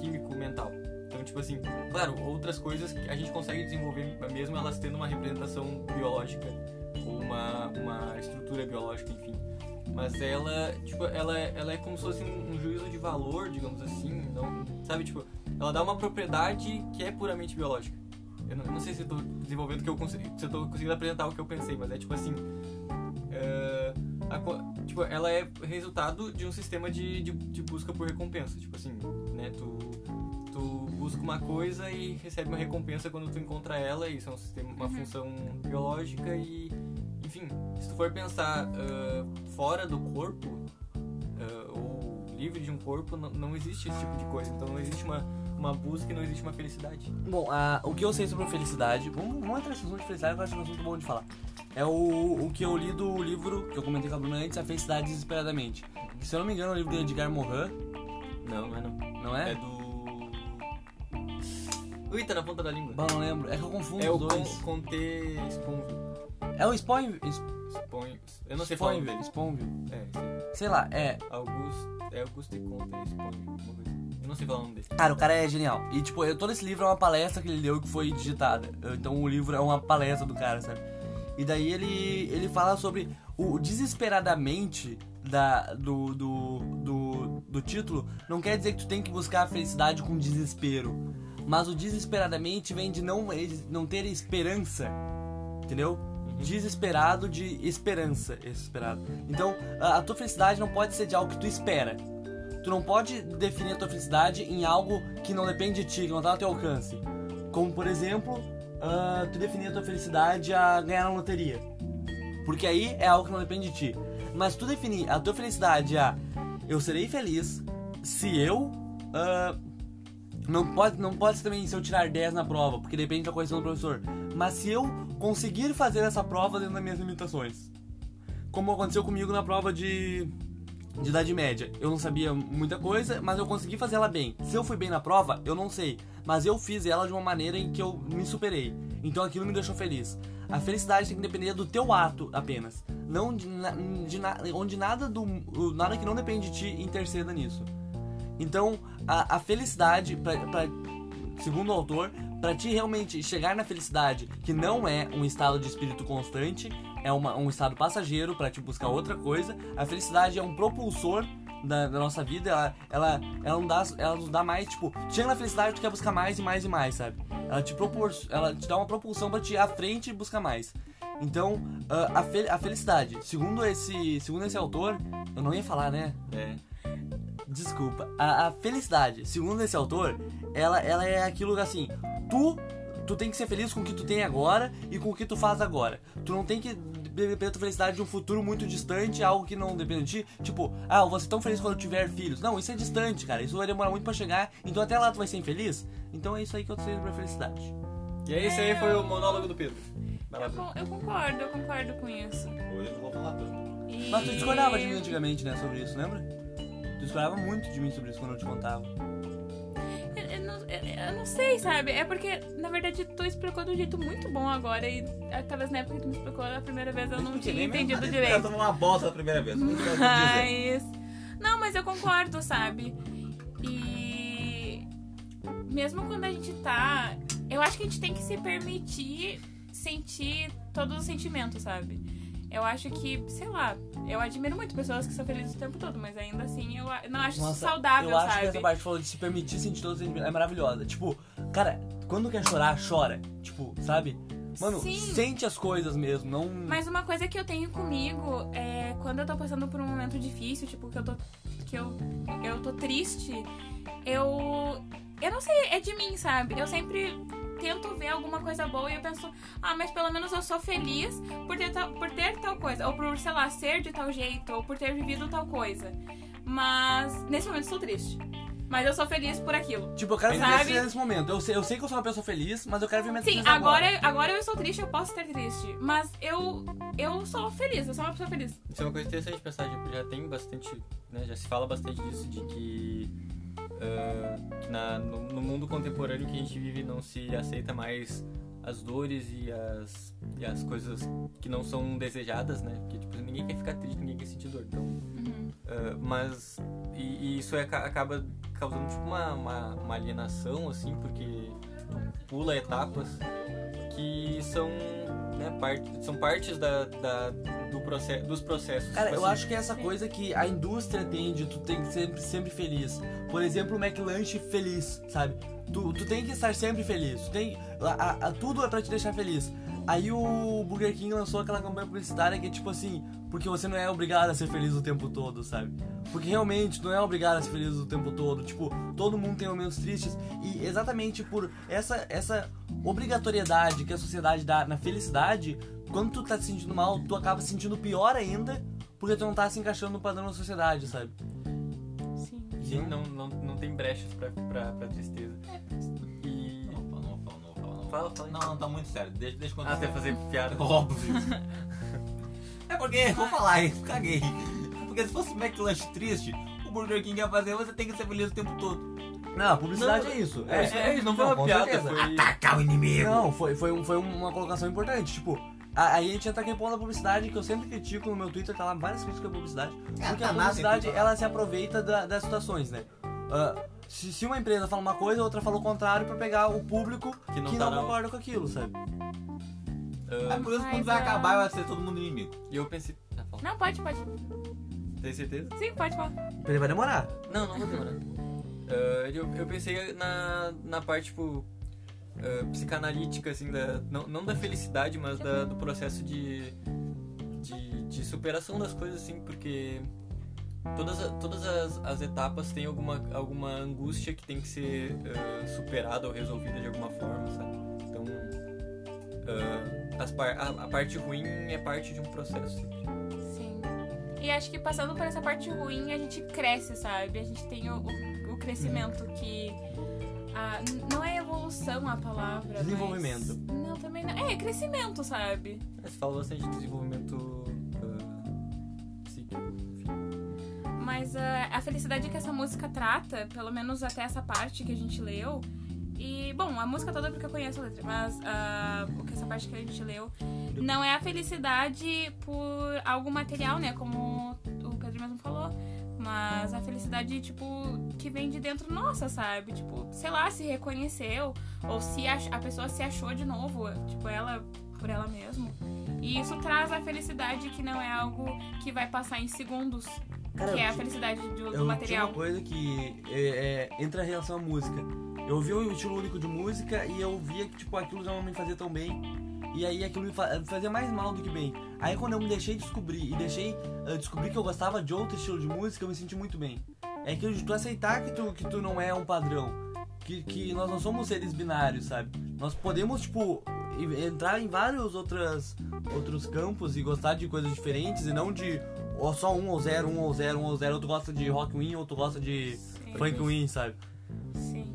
[SPEAKER 4] químico mental. Então, tipo assim, claro, outras coisas que a gente consegue desenvolver, mesmo elas tendo uma representação biológica, ou uma, uma estrutura biológica, enfim. Mas ela, tipo, ela, ela é como se fosse um, um juízo de valor, digamos assim. Não, sabe, tipo, ela dá uma propriedade que é puramente biológica. Eu não, eu não sei se eu tô desenvolvendo o que eu consegui, se eu tô conseguindo apresentar o que eu pensei, mas é tipo assim, é, a co- tipo, ela é resultado de um sistema de, de, de busca por recompensa. Tipo assim, né? Tu, tu busca uma coisa e recebe uma recompensa quando tu encontra ela. Isso é um sistema, uma função biológica e... Enfim, se tu for pensar ah, fora do corpo, ah, ou livre de um corpo, não, não existe esse tipo de coisa. Então não existe uma, uma busca e não existe uma felicidade.
[SPEAKER 3] Bom, a- o que eu sei sobre felicidade, vamos, vamos entrar nesse assunto de felicidade, que eu acho que é um assunto bom de falar. É o, o que eu li do livro que eu comentei com a Bruna antes, A Felicidade Desesperadamente. Que, se eu não me engano, é o livro do Edgar Morin,
[SPEAKER 4] Não, não é não.
[SPEAKER 3] não
[SPEAKER 4] É
[SPEAKER 3] é?
[SPEAKER 4] do... Ui, tá na ponta da língua.
[SPEAKER 3] Bom, não lembro. É que eu confundo
[SPEAKER 4] É o
[SPEAKER 3] os dois.
[SPEAKER 4] con Conte Sponville.
[SPEAKER 3] É o Spawn. Spawn
[SPEAKER 4] Spon... Eu não sei falar o nome dele.
[SPEAKER 3] Spawnville.
[SPEAKER 4] É, sim.
[SPEAKER 3] Sei lá, é.
[SPEAKER 4] Augusto... É Augusto Conte Sponville, alguma coisa. assim. Eu não sei falar o nome dele.
[SPEAKER 3] Cara, o cara é genial. E, tipo, eu- todo esse livro é uma palestra que ele deu que foi digitada. Então o livro é uma palestra do cara, sabe? E daí ele, ele fala sobre o desesperadamente da, do, do, do, do título. Não quer dizer que tu tem que buscar a felicidade com desespero. Mas o desesperadamente vem de não, eles não ter esperança. Entendeu? Desesperado de esperança. Esperado. Então, a, a tua felicidade não pode ser de algo que tu espera. Tu não pode definir a tua felicidade em algo que não depende de ti, que não tá ao teu alcance. Como, por exemplo, ah, tu definir a tua felicidade a ganhar na loteria. Porque aí é algo que não depende de ti. Mas tu definir a tua felicidade a eu serei feliz se eu. ah, não pode, não pode ser também se eu tirar 10 na prova, porque depende da correção do professor. Mas se eu conseguir fazer essa prova dentro das minhas limitações. Como aconteceu comigo na prova de, de Idade Média. Eu não sabia muita coisa, mas eu consegui fazer ela bem. Se eu fui bem na prova, eu não sei. Mas eu fiz ela de uma maneira em que eu me superei. Então aquilo me deixou feliz. A felicidade tem que depender do teu ato apenas. Não de, na- de na- onde nada do. Nada que não depende de ti interceda nisso. Então, a, a felicidade, pra, pra- segundo o autor, pra ti realmente chegar na felicidade, que não é um estado de espírito constante, é uma- um estado passageiro pra te buscar outra coisa, a felicidade é um propulsor da, da nossa vida, ela, ela, ela, não dá, ela nos dá mais, tipo, chega na felicidade, tu quer buscar mais e mais e mais, sabe? Ela te, propor, ela te dá uma propulsão pra te ir à frente e buscar mais. Então, ah, a, fel- a felicidade, segundo esse, segundo esse autor, eu não ia falar, né?
[SPEAKER 4] É.
[SPEAKER 3] Desculpa. A, a felicidade, segundo esse autor, ela, ela é aquilo que, assim, tu tu tem que ser feliz com o que tu tem agora e com o que tu faz agora. Tu não tem que depender da tua felicidade de um futuro muito distante, algo que não depende de ti. Tipo, ah, eu vou ser tão feliz quando eu tiver filhos. Não, isso é distante, cara. Isso vai demorar muito pra chegar. Então até lá tu vai ser infeliz. Então é isso aí que eu sei pra felicidade.
[SPEAKER 4] E é isso aí, foi o monólogo do Pedro. Vai lá,
[SPEAKER 2] Eu,
[SPEAKER 4] Pedro.
[SPEAKER 2] con- eu concordo, eu concordo com isso.
[SPEAKER 1] Hoje eu não vou falar tanto.
[SPEAKER 2] E-
[SPEAKER 3] Mas tu discordava de mim antigamente, né, sobre isso, lembra? Tu discordava muito de mim sobre isso quando eu te contava.
[SPEAKER 2] Eu, eu não, eu- eu não sei, sabe? É porque, na verdade, tu explicou de um jeito muito bom agora. E ah, talvez na época que tu me explicou a primeira vez eu
[SPEAKER 3] Mas
[SPEAKER 2] não
[SPEAKER 3] por que
[SPEAKER 2] tinha
[SPEAKER 3] nem me
[SPEAKER 2] entendido
[SPEAKER 1] Eu
[SPEAKER 2] direito.
[SPEAKER 1] tomei uma bosta da primeira vez. não tinha o que
[SPEAKER 2] [LAUGHS]
[SPEAKER 1] dizer.
[SPEAKER 2] Mas. É Não, mas eu concordo, sabe? E. Mesmo quando a gente tá. Eu acho que a gente tem que se permitir sentir todos os sentimentos, sabe? Eu acho que, sei lá, eu admiro muito pessoas que são felizes o tempo todo, mas ainda assim eu a- não acho isso
[SPEAKER 3] Nossa,
[SPEAKER 2] saudável,
[SPEAKER 3] eu acho
[SPEAKER 2] Ah, sabe?
[SPEAKER 3] que essa parte que falou de se permitir sentir todos os sentimentos é maravilhosa. Tipo, cara, quando quer chorar, chora. Tipo, sabe? Mano,
[SPEAKER 2] Sim.
[SPEAKER 3] sente as coisas mesmo, não.
[SPEAKER 2] Mas uma coisa que eu tenho comigo é quando eu tô passando por um momento difícil, tipo, que eu tô. que eu, eu tô triste, eu. Eu não sei, é de mim, sabe? Eu sempre tento ver alguma coisa boa e eu penso, ah, mas pelo menos eu sou feliz por ter tal, por ter tal coisa, ou por, sei lá, ser de tal jeito, ou por ter vivido tal coisa. Mas nesse momento eu sou triste. Mas eu sou feliz por aquilo.
[SPEAKER 3] Tipo, eu quero viver
[SPEAKER 2] Sabe?
[SPEAKER 3] esse- nesse momento. Eu sei, eu sei que eu sou uma pessoa feliz, mas eu quero viver minha
[SPEAKER 2] Sim,
[SPEAKER 3] tristeza
[SPEAKER 2] agora, agora eu sou triste, eu posso estar triste. Mas eu, eu sou feliz, eu sou uma pessoa feliz.
[SPEAKER 4] Isso é uma coisa interessante de pensar, tipo, já tem bastante, né, já se fala bastante disso, de que ah, que na- no, no mundo contemporâneo que a gente vive não se aceita mais as dores e as, e as coisas que não são desejadas, né? Porque, tipo, ninguém quer ficar triste, ninguém quer sentir dor, então... ah, mas... E, e isso é ca- acaba causando, tipo, uma, uma, uma alienação, assim, porque tu pula etapas que são... Né, parte, são partes da, da- do processo, dos processos.
[SPEAKER 3] Cara,
[SPEAKER 4] tipo
[SPEAKER 3] eu
[SPEAKER 4] assim.
[SPEAKER 3] acho que é essa coisa que a indústria tem de tu tem que sempre, sempre feliz. Por exemplo, o McLanche feliz, sabe? Tu, tu tem que estar sempre feliz. Tu tem, a- a- a- tudo é pra te deixar feliz. Aí o Burger King lançou aquela campanha publicitária que é tipo assim, porque você não é obrigado a ser feliz o tempo todo, sabe? Porque realmente tu não é obrigado a ser feliz o tempo todo. Tipo, todo mundo tem momentos tristes. E exatamente por essa, essa obrigatoriedade que a sociedade dá na felicidade, quando tu tá se sentindo mal, tu acaba se sentindo pior ainda, porque tu não tá se encaixando no padrão da sociedade, sabe?
[SPEAKER 2] Sim.
[SPEAKER 4] Sim, não, não, não tem brechas pra, pra, pra tristeza. E.
[SPEAKER 1] Não, não, não, não, não, não.
[SPEAKER 4] Fala, fala.
[SPEAKER 1] Não, não, tá muito sério. Deixa, deixa eu
[SPEAKER 4] Ah, você
[SPEAKER 1] [LAUGHS] continuar.
[SPEAKER 4] vai fazer piada.
[SPEAKER 1] Óbvio. É porque,
[SPEAKER 2] Ah.
[SPEAKER 1] vou falar, hein? Caguei. Porque se fosse McLunch triste, o Burger King ia fazer, você tem que ser feliz o tempo todo.
[SPEAKER 3] Não, a publicidade
[SPEAKER 4] Não,
[SPEAKER 3] é isso.
[SPEAKER 4] É, é, não foi
[SPEAKER 3] Não,
[SPEAKER 4] uma
[SPEAKER 3] com
[SPEAKER 4] piada,
[SPEAKER 3] certeza.
[SPEAKER 4] foi.
[SPEAKER 1] Atacar o inimigo.
[SPEAKER 3] Não, foi, foi, um- foi uma colocação importante. Tipo, a- aí a gente entra aquele ponto da publicidade que eu sempre critico no meu Twitter, tá lá várias críticas à publicidade.
[SPEAKER 1] Ah,
[SPEAKER 3] Porque
[SPEAKER 1] tá
[SPEAKER 3] a
[SPEAKER 1] nada,
[SPEAKER 3] publicidade,
[SPEAKER 1] então.
[SPEAKER 3] ela se aproveita da- das situações, né? Ah, se, se uma empresa fala uma coisa, a outra fala o contrário pra pegar o público que
[SPEAKER 4] Que não
[SPEAKER 3] não,
[SPEAKER 4] tá na-
[SPEAKER 3] concorda com aquilo, sabe?
[SPEAKER 1] É
[SPEAKER 4] Ah,
[SPEAKER 1] por isso que quando
[SPEAKER 2] Mas,
[SPEAKER 1] vai
[SPEAKER 2] ah,
[SPEAKER 1] acabar, vai ser todo mundo inimigo. [LAUGHS]
[SPEAKER 4] E eu pensei. Ah, fala.
[SPEAKER 2] Não, pode, pode.
[SPEAKER 4] Tem certeza?
[SPEAKER 2] Sim, pode falar.
[SPEAKER 3] Ele vai demorar.
[SPEAKER 4] Não, não vou demorar. Ah, eu, eu pensei na, na parte, tipo, ah, psicanalítica, assim, da, não, não da felicidade, mas da- do processo de, de, de superação das coisas, assim, porque todas, a- todas as, as etapas têm alguma, alguma angústia que tem que ser ah, superada ou resolvida de alguma forma, sabe? Então, ah, as par- a, a parte ruim é parte de um processo.
[SPEAKER 2] Sim. E acho que passando por essa parte ruim, a gente cresce, sabe? A gente tem o, o- o crescimento que. a- n- não é evolução a palavra. mas-
[SPEAKER 5] Desenvolvimento.
[SPEAKER 2] Não, também não. É, crescimento, sabe?
[SPEAKER 4] Você fala bastante de desenvolvimento ah, psíquico, enfim.
[SPEAKER 2] Mas ah, a felicidade que essa música trata, pelo menos até essa parte que a gente leu. E, bom, a música toda é porque eu conheço a letra, mas ah, o que essa parte que a gente leu não é a felicidade por algo material, né? Como o Pedro mesmo falou. Mas a felicidade, tipo, que vem de dentro nossa, sabe? Tipo, sei lá, se reconheceu, ou se ach- a pessoa se achou de novo, tipo, ela por ela mesma. E isso traz a felicidade que não é algo que vai passar em segundos,
[SPEAKER 5] Cara,
[SPEAKER 2] que é
[SPEAKER 5] eu
[SPEAKER 2] a
[SPEAKER 5] ti-
[SPEAKER 2] felicidade do, do
[SPEAKER 5] eu tinha
[SPEAKER 2] material.
[SPEAKER 5] uma coisa que é, é, entra em relação à música. Eu ouvi o estilo único de música e eu via que tipo, aquilo não me fazia tão bem. E aí aquilo me fa- fazia mais mal do que bem. Aí quando eu me deixei descobrir e deixei eh, descobrir que eu gostava de outro estilo de música, eu me senti muito bem. É aquilo de tu aceitar que tu, que tu não é um padrão. Que, que nós não somos seres binários, sabe? Nós podemos, tipo, e- entrar em vários outras, outros campos e gostar de coisas diferentes e não de ou só um ou zero, um ou zero, um ou zero. Ou tu gosta de rock win, ou tu gosta de
[SPEAKER 2] Sim.
[SPEAKER 5] funk win, sabe?
[SPEAKER 2] Sim.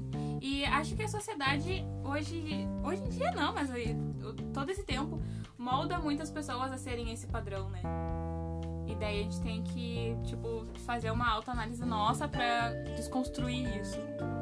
[SPEAKER 2] E acho que a sociedade hoje, hoje em dia não, mas aí, o- todo esse tempo molda muitas pessoas a serem esse padrão, né? E daí a gente tem que, tipo, fazer uma autoanálise nossa pra desconstruir isso.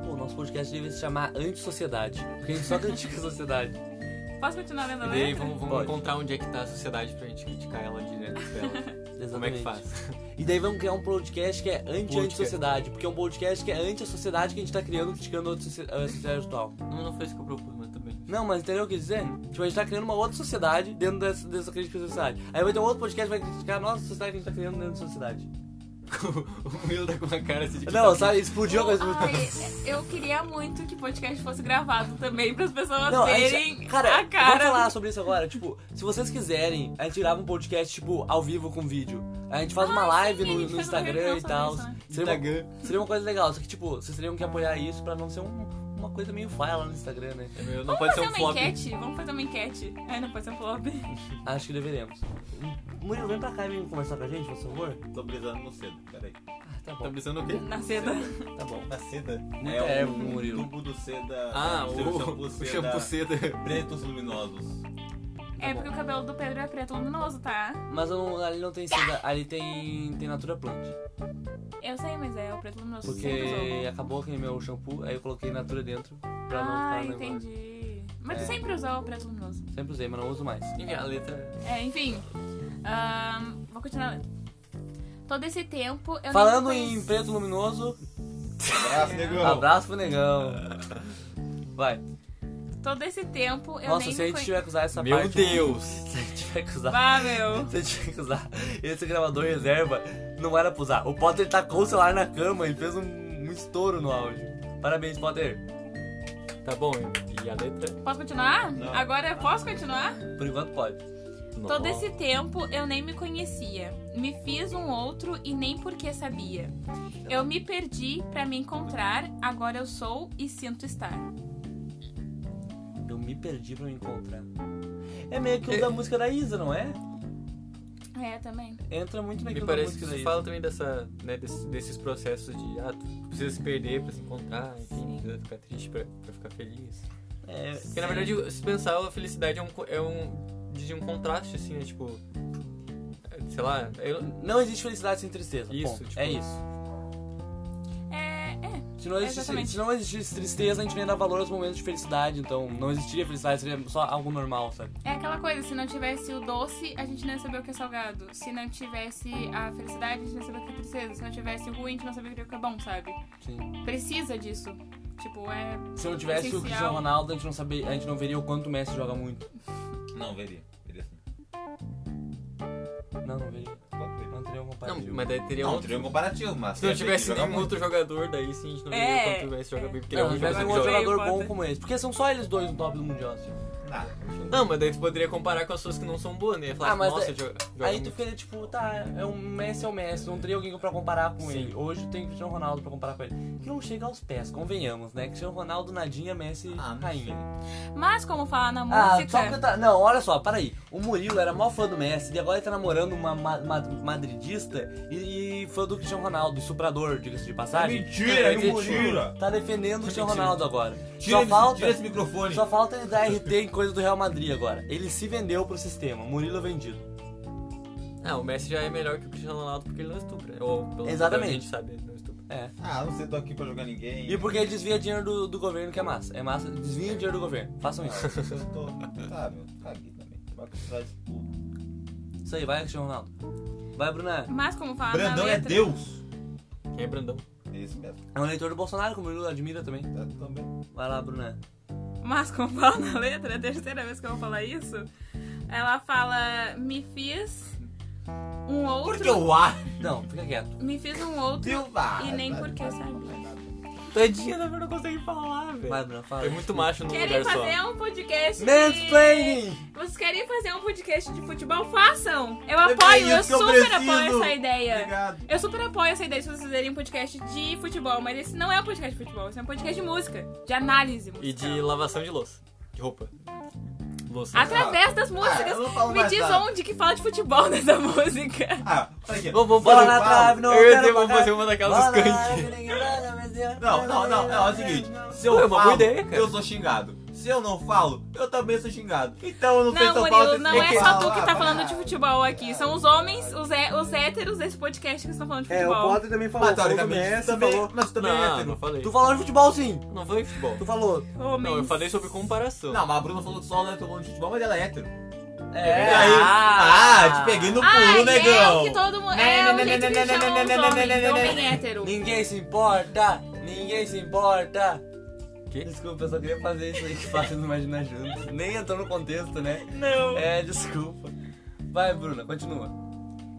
[SPEAKER 3] Pô, o nosso podcast devia se chamar Antissociedade. Porque a gente só critica a sociedade.
[SPEAKER 5] [LAUGHS]
[SPEAKER 2] Posso continuar lendo a
[SPEAKER 4] E daí
[SPEAKER 2] letra?
[SPEAKER 4] vamos, vamos
[SPEAKER 3] Pode.
[SPEAKER 4] encontrar onde é que tá a sociedade pra gente criticar ela direto [LAUGHS] dela.
[SPEAKER 3] Exatamente.
[SPEAKER 4] Como é que faz?
[SPEAKER 3] E daí vamos criar um podcast que é anti-antissociedade. Porque é um podcast que é anti-sociedade que a gente tá criando criticando outra socie- a sociedade atual.
[SPEAKER 4] Não, não foi isso que eu propus, mas também.
[SPEAKER 3] Não, mas entendeu o que eu quis dizer? Tipo, a gente tá criando uma outra sociedade dentro dessa, dessa crítica à sociedade. Aí vai ter um outro podcast que vai criticar a nossa sociedade que a gente tá criando dentro da sociedade.
[SPEAKER 4] o Will tá com uma cara assim de que
[SPEAKER 3] Não,
[SPEAKER 4] tá-
[SPEAKER 3] sabe, explodiu a coisa.
[SPEAKER 2] Ai, eu queria muito que o podcast fosse gravado também pras pessoas
[SPEAKER 3] Não, a
[SPEAKER 2] Ah, verem
[SPEAKER 3] gente,
[SPEAKER 2] a,
[SPEAKER 3] cara,
[SPEAKER 2] cara.
[SPEAKER 3] vamos falar sobre isso agora. Tipo, se vocês quiserem, a gente grava um podcast, tipo, ao vivo com vídeo. A gente faz uma live
[SPEAKER 2] Ah, sim, a
[SPEAKER 3] no,
[SPEAKER 2] gente
[SPEAKER 3] no
[SPEAKER 2] faz uma
[SPEAKER 3] Instagram
[SPEAKER 2] reunião
[SPEAKER 3] e tal.
[SPEAKER 2] sobre isso, né?
[SPEAKER 3] Seria uma, seria uma coisa legal, só que, tipo, vocês teriam que apoiar isso pra não ser um- uma coisa meio falha lá no Instagram, né?
[SPEAKER 4] É meu, Não
[SPEAKER 2] Vamos
[SPEAKER 4] pode
[SPEAKER 2] fazer
[SPEAKER 4] ser um
[SPEAKER 2] uma
[SPEAKER 4] flop.
[SPEAKER 2] enquete? Vamos fazer uma enquete. Ai, não pode ser
[SPEAKER 3] [LAUGHS]
[SPEAKER 2] um flop.
[SPEAKER 3] Acho que deveremos. Murilo, vem pra cá e vem conversar com a gente, por favor.
[SPEAKER 1] Tô brisando no cedo, peraí.
[SPEAKER 3] Ah,
[SPEAKER 4] Tá
[SPEAKER 3] tá bom,
[SPEAKER 4] pensando o quê?
[SPEAKER 2] Na seda.
[SPEAKER 3] tá bom.
[SPEAKER 1] Na seda?
[SPEAKER 3] É,
[SPEAKER 1] um
[SPEAKER 3] Murilo.
[SPEAKER 1] tubo do seda.
[SPEAKER 4] Ah,
[SPEAKER 1] deve ser um
[SPEAKER 4] o, o shampoo seda.
[SPEAKER 1] Pretos luminosos.
[SPEAKER 3] Tá
[SPEAKER 2] É porque o cabelo do Pedro é preto luminoso, tá?
[SPEAKER 3] Mas eu não- ali não tem seda, ali tem, tem Natura Plant.
[SPEAKER 2] Eu sei, mas é o preto luminoso sempre usou.
[SPEAKER 3] Porque acabou aquele meu shampoo, aí eu coloquei Natura dentro pra não
[SPEAKER 2] Ah,
[SPEAKER 3] ficar no negócio.
[SPEAKER 2] entendi. Mas
[SPEAKER 3] É.
[SPEAKER 2] tu sempre usou o preto luminoso.
[SPEAKER 3] Sempre usei, mas não uso mais.
[SPEAKER 4] Enfim, a letra.
[SPEAKER 2] É, enfim. Ahn, vou continuar lendo. Todo esse tempo eu
[SPEAKER 3] Falando
[SPEAKER 2] não
[SPEAKER 3] em
[SPEAKER 2] preto.
[SPEAKER 3] preto luminoso,
[SPEAKER 1] Abraço, negão.
[SPEAKER 3] abraço pro negão. Vai.
[SPEAKER 2] Todo esse tempo eu
[SPEAKER 3] Nossa,
[SPEAKER 2] nem
[SPEAKER 3] se a
[SPEAKER 2] me
[SPEAKER 3] gente
[SPEAKER 2] conhe...
[SPEAKER 3] tiver que usar essa
[SPEAKER 4] Meu
[SPEAKER 3] parte. né?
[SPEAKER 4] Deus!
[SPEAKER 3] Se a gente tiver que usar.
[SPEAKER 2] Bah, Ah, meu.
[SPEAKER 3] Se a gente tiver que usar esse gravador reserva, não era pra usar. O Potter tacou o celular na cama e fez um, um estouro no áudio. Parabéns, Potter.
[SPEAKER 4] Tá bom, e a letra?
[SPEAKER 2] Posso continuar?
[SPEAKER 1] Não.
[SPEAKER 2] Agora posso continuar?
[SPEAKER 3] Por enquanto pode.
[SPEAKER 2] Todo esse tempo eu nem me conhecia. Me fiz um outro e nem porque sabia. Eu me perdi pra me encontrar, agora eu sou e sinto estar.
[SPEAKER 3] Eu me perdi pra me encontrar. É meio que o da música da Isa, não é?
[SPEAKER 2] É, também.
[SPEAKER 3] Entra muito
[SPEAKER 4] Me
[SPEAKER 3] naquilo da
[SPEAKER 4] parece que
[SPEAKER 3] música da
[SPEAKER 4] você
[SPEAKER 3] Isa.
[SPEAKER 4] fala também dessa, né, desse- desses processos de ah, tu precisa se perder pra se encontrar, enfim,
[SPEAKER 2] Sim.
[SPEAKER 4] precisa ficar triste pra, pra ficar feliz.
[SPEAKER 3] É,
[SPEAKER 4] Porque na verdade, se pensar, a felicidade é um, co- é um, de um contraste, assim, né? Tipo. é, Sei lá, eu,
[SPEAKER 3] não existe felicidade sem tristeza.
[SPEAKER 4] Isso,
[SPEAKER 3] ponto.
[SPEAKER 4] tipo-
[SPEAKER 3] É isso.
[SPEAKER 2] É, é.
[SPEAKER 3] Se não, existisse,
[SPEAKER 2] Exatamente.
[SPEAKER 3] se não existisse tristeza, a gente não ia dar valor aos momentos de felicidade, então não existiria felicidade, seria só algo normal, sabe?
[SPEAKER 2] É aquela coisa, se não tivesse o doce, a gente não ia saber o que é salgado. Se não tivesse a felicidade, a gente não ia saber o que é tristeza. Se não tivesse o ruim, a gente não sabia o que é bom, sabe?
[SPEAKER 3] Sim.
[SPEAKER 2] Precisa disso. Tipo, é.
[SPEAKER 3] Se não tivesse o
[SPEAKER 2] Essencial.
[SPEAKER 3] Cristiano Ronaldo, a gente não sabia, a gente não veria o quanto o Messi joga muito.
[SPEAKER 1] Não, veria. Veria sim.
[SPEAKER 3] Não, não veria.
[SPEAKER 1] Claro que veria.
[SPEAKER 3] Não teria uma
[SPEAKER 4] Não,
[SPEAKER 6] Não,
[SPEAKER 4] mas daí teria
[SPEAKER 1] Não,
[SPEAKER 4] outro.
[SPEAKER 1] teria um comparativo, mas...
[SPEAKER 4] Se não
[SPEAKER 1] ia ter que
[SPEAKER 4] tivesse
[SPEAKER 1] jogar
[SPEAKER 4] nenhum
[SPEAKER 1] muito.
[SPEAKER 4] outro jogador, daí sim a gente não
[SPEAKER 7] É,
[SPEAKER 4] ia quanto vai jogar
[SPEAKER 7] é.
[SPEAKER 4] bem, porque
[SPEAKER 3] Não,
[SPEAKER 4] daí
[SPEAKER 3] mas
[SPEAKER 4] um jogador
[SPEAKER 3] pega
[SPEAKER 4] que
[SPEAKER 3] um outro
[SPEAKER 4] joga.
[SPEAKER 7] joga.
[SPEAKER 3] jogador
[SPEAKER 7] Veio,
[SPEAKER 3] bom
[SPEAKER 7] pode.
[SPEAKER 3] como esse. Porque são só eles dois no top do Mundial, assim.
[SPEAKER 1] Não,
[SPEAKER 4] Não, mas daí tu poderia comparar com as pessoas que não são boas, né? Ia falar
[SPEAKER 3] Ah,
[SPEAKER 4] assim,
[SPEAKER 3] mas
[SPEAKER 4] nossa,
[SPEAKER 3] é-
[SPEAKER 4] joga- joga
[SPEAKER 3] Aí tu
[SPEAKER 4] muito.
[SPEAKER 3] fica tipo, tá, é um Messi é o Messi, não teria alguém pra comparar com
[SPEAKER 4] Sim.
[SPEAKER 3] ele. Hoje tem Cristiano Ronaldo pra comparar com ele. Que não chega aos pés, convenhamos, né? Cristiano Ronaldo, nadinha, Messi,
[SPEAKER 1] Ah, não
[SPEAKER 3] rainha.
[SPEAKER 2] Mas como falar na
[SPEAKER 3] Ah,
[SPEAKER 2] música.
[SPEAKER 3] só porque tá. Não, olha só, para aí. O Murilo era mó fã do Messi e agora ele tá namorando uma ma- ma- madridista e, e fã do Cristiano Ronaldo, e suprador, diga-se de passagem.
[SPEAKER 1] É Mentira,
[SPEAKER 3] E o Murilo
[SPEAKER 1] mentira.
[SPEAKER 3] Tá defendendo o Cristiano Ronaldo agora.
[SPEAKER 1] Tira,
[SPEAKER 3] só
[SPEAKER 1] esse-
[SPEAKER 3] falta.
[SPEAKER 1] tira esse microfone.
[SPEAKER 3] Só falta ele dar RT em coisa do Real Madrid agora. Ele se vendeu pro sistema. Murilo é vendido.
[SPEAKER 4] Ah, o Messi já é melhor que o Cristiano Ronaldo porque ele não estupra. né? Ou, pelo menos
[SPEAKER 3] Exatamente.
[SPEAKER 4] A gente sabe, ele não estupra.
[SPEAKER 3] É.
[SPEAKER 1] Ah, não sei, tô aqui pra jogar ninguém.
[SPEAKER 3] E porque desvia dinheiro do, do governo, que é massa. É massa, desvia dinheiro do governo. Façam isso.
[SPEAKER 1] Ah, Eu tô... Tá, meu, caguei também. Vai precisar de tudo.
[SPEAKER 3] Isso aí, vai, Cristiano Ronaldo. Vai, Bruna.
[SPEAKER 2] Mas como falar na
[SPEAKER 1] Brandão é
[SPEAKER 2] letra.
[SPEAKER 1] Deus.
[SPEAKER 4] Quem é Brandão?
[SPEAKER 1] Esse mesmo,
[SPEAKER 3] É um leitor do Bolsonaro, que o Murilo admira também.
[SPEAKER 1] tá também.
[SPEAKER 3] Vai lá, Bruna.
[SPEAKER 2] Mas como fala na letra, é a terceira vez que eu vou falar isso. Ela fala, me fiz um outro.
[SPEAKER 1] Porque o ar
[SPEAKER 3] Não, fica quieto.
[SPEAKER 2] Me fiz um outro.
[SPEAKER 1] deu vai.
[SPEAKER 2] E nem
[SPEAKER 1] vai,
[SPEAKER 2] porque
[SPEAKER 1] vai,
[SPEAKER 2] eu sabia.
[SPEAKER 1] vai, vai.
[SPEAKER 4] Tadinha, na verdade, não consegue falar,
[SPEAKER 3] Vai,
[SPEAKER 4] velho.
[SPEAKER 3] Bruna, fala.
[SPEAKER 4] É muito macho num
[SPEAKER 2] Querem
[SPEAKER 4] lugar só.
[SPEAKER 2] fazer um podcast. De...
[SPEAKER 3] Mansplaining!
[SPEAKER 2] Vocês querem fazer um podcast de futebol? Façam! Eu apoio, eu
[SPEAKER 1] isso que eu
[SPEAKER 2] super
[SPEAKER 1] preciso.
[SPEAKER 2] apoio essa ideia.
[SPEAKER 1] Obrigado.
[SPEAKER 2] Eu super apoio essa ideia de vocês fazerem um podcast de futebol, mas esse não é um podcast de futebol, esse é um podcast de música, de análise musical.
[SPEAKER 4] E de lavação de louça. De roupa. Louça.
[SPEAKER 2] Através das
[SPEAKER 1] Ah,
[SPEAKER 2] músicas.
[SPEAKER 1] eu não falo
[SPEAKER 2] Me
[SPEAKER 1] mais
[SPEAKER 2] diz um-
[SPEAKER 1] nada.
[SPEAKER 2] onde que fala de futebol nessa música.
[SPEAKER 1] Ah, olha aqui.
[SPEAKER 4] Vamos, vamos
[SPEAKER 3] Bola
[SPEAKER 4] fazer
[SPEAKER 3] na
[SPEAKER 1] Paulo.
[SPEAKER 3] trave, não
[SPEAKER 4] Eu ia
[SPEAKER 3] quero
[SPEAKER 4] dizer, vamos
[SPEAKER 3] pagar.
[SPEAKER 4] fazer uma daquelas
[SPEAKER 3] Bola na
[SPEAKER 4] cantinhas.
[SPEAKER 3] trave,
[SPEAKER 1] Não, não, não, não, é o seguinte. Se eu
[SPEAKER 4] Pô, é uma boa
[SPEAKER 1] falo,
[SPEAKER 4] ideia, cara.
[SPEAKER 1] eu sou xingado. Se eu não falo, eu também sou xingado. Então eu não, sei se Ah,
[SPEAKER 2] Não,
[SPEAKER 1] eu falo,
[SPEAKER 2] Murilo,
[SPEAKER 1] vocês
[SPEAKER 2] não
[SPEAKER 1] têm
[SPEAKER 2] é
[SPEAKER 1] que
[SPEAKER 2] só tu
[SPEAKER 1] falar,
[SPEAKER 2] que tá
[SPEAKER 1] vai.
[SPEAKER 2] falando de futebol aqui. São os homens, os, hé- os héteros desse podcast que estão falando de
[SPEAKER 6] É, o
[SPEAKER 2] futebol.
[SPEAKER 6] Potter também falou.
[SPEAKER 1] Mas
[SPEAKER 6] falou do
[SPEAKER 1] teoricamente,
[SPEAKER 6] Messi,
[SPEAKER 1] também,
[SPEAKER 6] falou-
[SPEAKER 1] mas também é
[SPEAKER 4] Não,
[SPEAKER 1] hétero.
[SPEAKER 4] não falei.
[SPEAKER 3] Tu falou de futebol sim!
[SPEAKER 4] Não falei futebol.
[SPEAKER 6] Tu falou.
[SPEAKER 2] Homens.
[SPEAKER 4] Não, eu falei sobre comparação.
[SPEAKER 1] Não, mas a Bruna falou que só ela é tomando de futebol, mas ela é hétero.
[SPEAKER 3] É.
[SPEAKER 1] E aí, ah, te peguei no pulo,
[SPEAKER 2] Ah, é
[SPEAKER 1] negão.
[SPEAKER 2] o que todo mundo. É o jeito que chamam os homens, homem hétero.
[SPEAKER 3] Ninguém se importa! Ninguém se importa!
[SPEAKER 4] Quê?
[SPEAKER 3] Desculpa, eu só queria fazer isso aí que faz no Imagina Juntos. Nem entrou no contexto, né?
[SPEAKER 2] Não.
[SPEAKER 3] É, desculpa. Vai, Bruna, continua.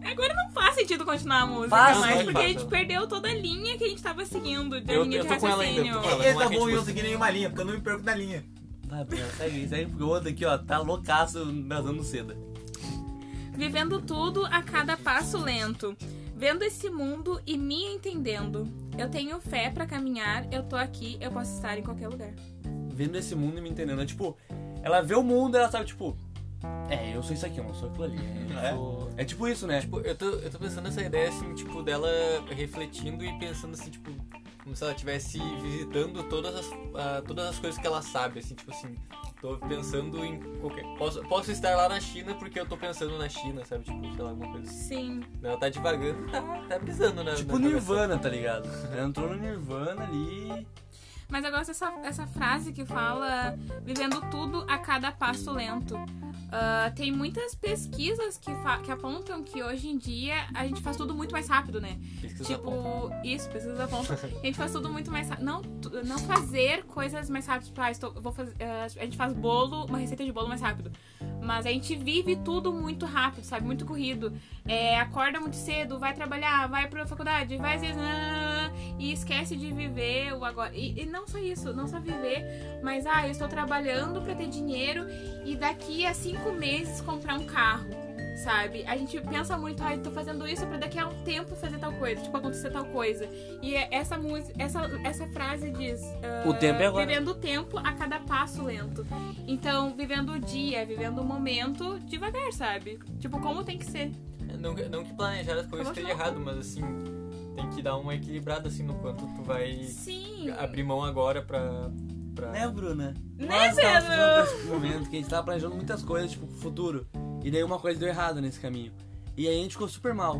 [SPEAKER 2] Agora não faz sentido continuar a música
[SPEAKER 3] Faz,
[SPEAKER 2] mais,
[SPEAKER 4] não,
[SPEAKER 2] porque a
[SPEAKER 4] faz,
[SPEAKER 2] gente
[SPEAKER 4] não.
[SPEAKER 2] perdeu toda a linha que a gente tava seguindo, da
[SPEAKER 4] Eu-
[SPEAKER 2] linha
[SPEAKER 4] eu
[SPEAKER 2] de
[SPEAKER 4] tô com ela ainda, eu tô
[SPEAKER 2] raciocínio.
[SPEAKER 4] com ela.
[SPEAKER 1] Eles não
[SPEAKER 4] Vamos lá,
[SPEAKER 1] vão
[SPEAKER 4] que a
[SPEAKER 1] iam
[SPEAKER 4] gente
[SPEAKER 1] seguir nenhuma linha, porque eu não me perco na linha.
[SPEAKER 3] Vai, Bruna, segue, segue, porque o outro aqui, ó, tá loucaço, brasando seda.
[SPEAKER 2] Vivendo tudo a cada passo lento, vendo esse mundo e me entendendo. Eu tenho fé pra caminhar, eu tô aqui, eu posso estar em qualquer lugar.
[SPEAKER 3] Vendo esse mundo e me entendendo. É, tipo, ela vê o mundo e ela sabe, tipo, é, eu sou isso aqui, eu não sou aquilo ali. eu
[SPEAKER 1] É?
[SPEAKER 3] sou- É tipo isso, né?
[SPEAKER 4] Tipo, eu tô, eu tô pensando nessa ideia, assim, tipo, dela refletindo e pensando, assim, tipo, como se ela estivesse visitando todas as, ah, todas as coisas que ela sabe, assim, tipo assim, tô pensando em qualquer... Posso, posso estar lá na China porque eu tô pensando na China, sabe? Tipo, sei lá, alguma coisa assim.
[SPEAKER 2] Sim.
[SPEAKER 4] Ela tá devagando, tá, tá brisando, né?
[SPEAKER 3] Tipo Nirvana, tá ligado? Ela entrou no Nirvana ali.
[SPEAKER 2] Mas eu gosto dessa essa frase que fala vivendo tudo a cada passo lento. Ah, tem muitas pesquisas que, fa- que apontam que hoje em dia a gente faz tudo muito mais rápido, né?
[SPEAKER 3] tá
[SPEAKER 2] Tipo, isso, pesquisa aponta. A gente faz tudo muito mais rápido. Não, tu- não fazer coisas mais rápidas. Tipo, ah, estou- vou fazer, ah, a gente faz bolo, uma receita de bolo mais rápido. Mas a gente vive tudo muito rápido, sabe? Muito corrido. É, acorda muito cedo, vai trabalhar, vai pra faculdade, vai às vezes. nananana, E esquece de viver o agora. E, e não só isso, não só viver, mas ah, eu estou trabalhando pra ter dinheiro e daqui a cinco meses comprar um carro sabe? A gente pensa muito, ai, tô fazendo isso pra daqui a um tempo fazer tal coisa, tipo, acontecer tal coisa. E é- essa música, essa, essa frase diz... ah,
[SPEAKER 3] O tempo é agora.
[SPEAKER 2] Vivendo o tempo a cada passo lento. Então, vivendo o dia, vivendo o momento devagar, sabe? Tipo, como tem que ser.
[SPEAKER 4] Não, que- não que planejar as coisas
[SPEAKER 2] Tá bom,
[SPEAKER 4] esteja
[SPEAKER 2] tá bom.
[SPEAKER 4] errado, mas, assim, tem que dar uma equilibrada, assim, no quanto tu vai
[SPEAKER 2] Sim.
[SPEAKER 4] abrir mão agora pra... pra...
[SPEAKER 3] Né, Bruna?
[SPEAKER 2] Né,
[SPEAKER 3] Nós tava
[SPEAKER 2] Pedro?
[SPEAKER 3] falando nesse momento que a gente tava planejando muitas coisas, tipo, pro futuro. E daí uma coisa deu errada nesse caminho. E aí a gente ficou super mal.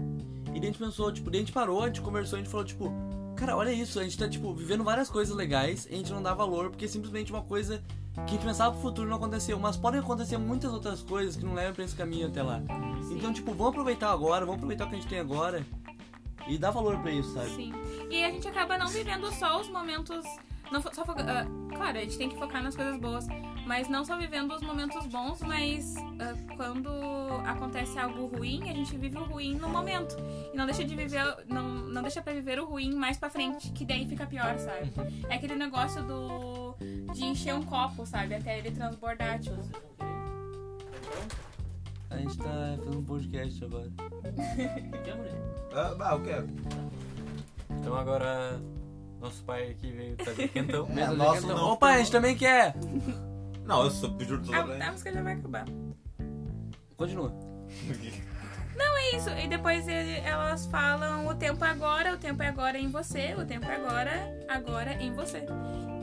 [SPEAKER 3] E daí a gente pensou, tipo, daí a gente parou, a gente conversou, a gente falou, tipo, cara, olha isso, a gente tá, tipo, vivendo várias coisas legais e a gente não dá valor porque é simplesmente uma coisa que a gente pensava pro futuro não aconteceu. Mas podem acontecer muitas outras coisas que não levam pra esse caminho até lá. Então, tipo, vamos aproveitar agora, vamos aproveitar o que a gente tem agora e dar valor pra isso, sabe?
[SPEAKER 2] Sim. E a gente acaba não vivendo só os momentos. Não, fo- só foca- ah, claro, a gente tem que focar nas coisas boas. Mas não só vivendo os momentos bons, mas ah, quando acontece algo ruim, a gente vive o ruim no momento. E não deixa de viver, não, não deixa pra viver o ruim mais pra frente, que daí fica pior, sabe? É aquele negócio do de encher um copo, sabe? Até ele transbordar, tipo.
[SPEAKER 3] A gente tá fazendo um podcast agora.
[SPEAKER 1] Ah, bah, eu quero.
[SPEAKER 4] Então agora nosso pai aqui veio trazer
[SPEAKER 3] [LAUGHS]
[SPEAKER 4] quentão.
[SPEAKER 1] É, nosso
[SPEAKER 3] Então,
[SPEAKER 1] não.
[SPEAKER 3] Opa, a gente também quer!
[SPEAKER 1] Não, eu sou juro dos
[SPEAKER 2] Ah, a música já vai acabar.
[SPEAKER 3] Continua.
[SPEAKER 2] É isso, e depois ele- elas falam o tempo é agora, o tempo é agora em você, o tempo é agora, agora em você.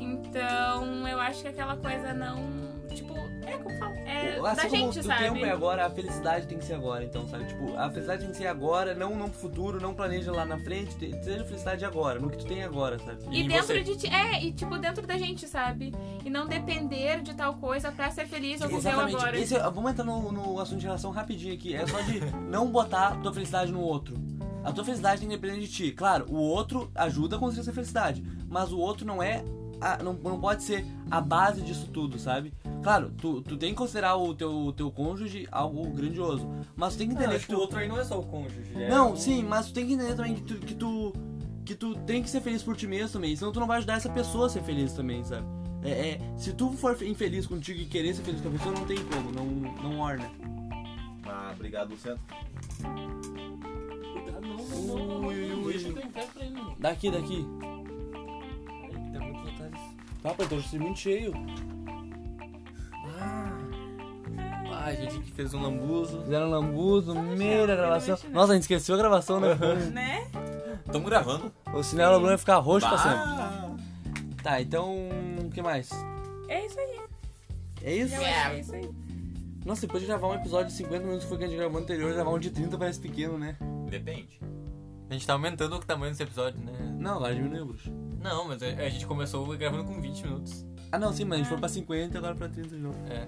[SPEAKER 2] Então eu acho que aquela coisa não. Tipo, é como fala. É
[SPEAKER 3] Assim
[SPEAKER 2] da
[SPEAKER 3] como
[SPEAKER 2] gente,
[SPEAKER 3] o
[SPEAKER 2] sabe?
[SPEAKER 3] tempo é agora, a felicidade tem que ser agora, então, sabe? Tipo, a felicidade tem que ser agora, não, não pro futuro, não planeja lá na frente, te- seja felicidade agora, no que tu tem agora, sabe?
[SPEAKER 2] E,
[SPEAKER 4] E
[SPEAKER 2] dentro
[SPEAKER 4] você?
[SPEAKER 2] de ti. É, e tipo, dentro da gente, sabe? E não depender de tal coisa pra ser feliz ou viver o agora.
[SPEAKER 3] Esse é- vamos entrar no, no assunto de relação rapidinho aqui. É só de não botar a tua felicidade no outro. A tua felicidade tem que depender de ti. Claro, o outro ajuda a construir essa felicidade. Mas o outro não é. a- não, não pode ser a base disso tudo, sabe? Claro, tu, tu tem que considerar o teu, teu cônjuge algo grandioso. Mas tu tem que
[SPEAKER 4] Não,
[SPEAKER 3] entender
[SPEAKER 4] acho
[SPEAKER 3] que
[SPEAKER 4] que
[SPEAKER 3] tu.
[SPEAKER 4] o outro aí não é só o cônjuge. é
[SPEAKER 3] Não,
[SPEAKER 4] o-
[SPEAKER 3] sim, mas tu tem que entender também que tu, que tu. que tu tem que ser feliz por ti mesmo também. Senão tu não vai ajudar essa pessoa a ser feliz também, sabe? É, é, se tu for infeliz contigo e querer ser feliz com a pessoa, não tem como, não, não orna.
[SPEAKER 1] [LAUGHS] Ah, obrigado, Luciano.
[SPEAKER 7] Cuidado, não, não, não, não.
[SPEAKER 3] Ui, ui, ui.
[SPEAKER 7] Deixa que eu entrego pra ele. meu.
[SPEAKER 3] Daqui, daqui.
[SPEAKER 7] Ai, Tá muito otário.
[SPEAKER 3] Tá, pai, tô muito cheio.
[SPEAKER 4] Ah, a gente que fez um lambuzo.
[SPEAKER 3] Fizeram lambuzo no meio da
[SPEAKER 2] não
[SPEAKER 3] gravação.
[SPEAKER 2] mexe, né?
[SPEAKER 3] Nossa, a gente esqueceu a gravação, né?
[SPEAKER 2] Né?
[SPEAKER 1] Tamo gravando.
[SPEAKER 3] o sinal do Bruno vai ficar roxo pra sempre.
[SPEAKER 1] Bah.
[SPEAKER 3] Tá, então. O que mais?
[SPEAKER 2] É isso aí.
[SPEAKER 3] É isso?
[SPEAKER 2] Eu acho que é isso aí.
[SPEAKER 3] Nossa, depois de gravar um episódio de 50 minutos que foi que a gente gravou anterior, gravar um de 30 parece pequeno, né?
[SPEAKER 1] Depende.
[SPEAKER 4] A gente tá aumentando o tamanho desse episódio, né?
[SPEAKER 3] Não, agora diminuiu, bruxo.
[SPEAKER 4] Não, mas a a gente começou gravando com 20 minutos.
[SPEAKER 3] Ah, não, sim, mas a gente foi pra 50 e agora pra 30 de novo.
[SPEAKER 4] É.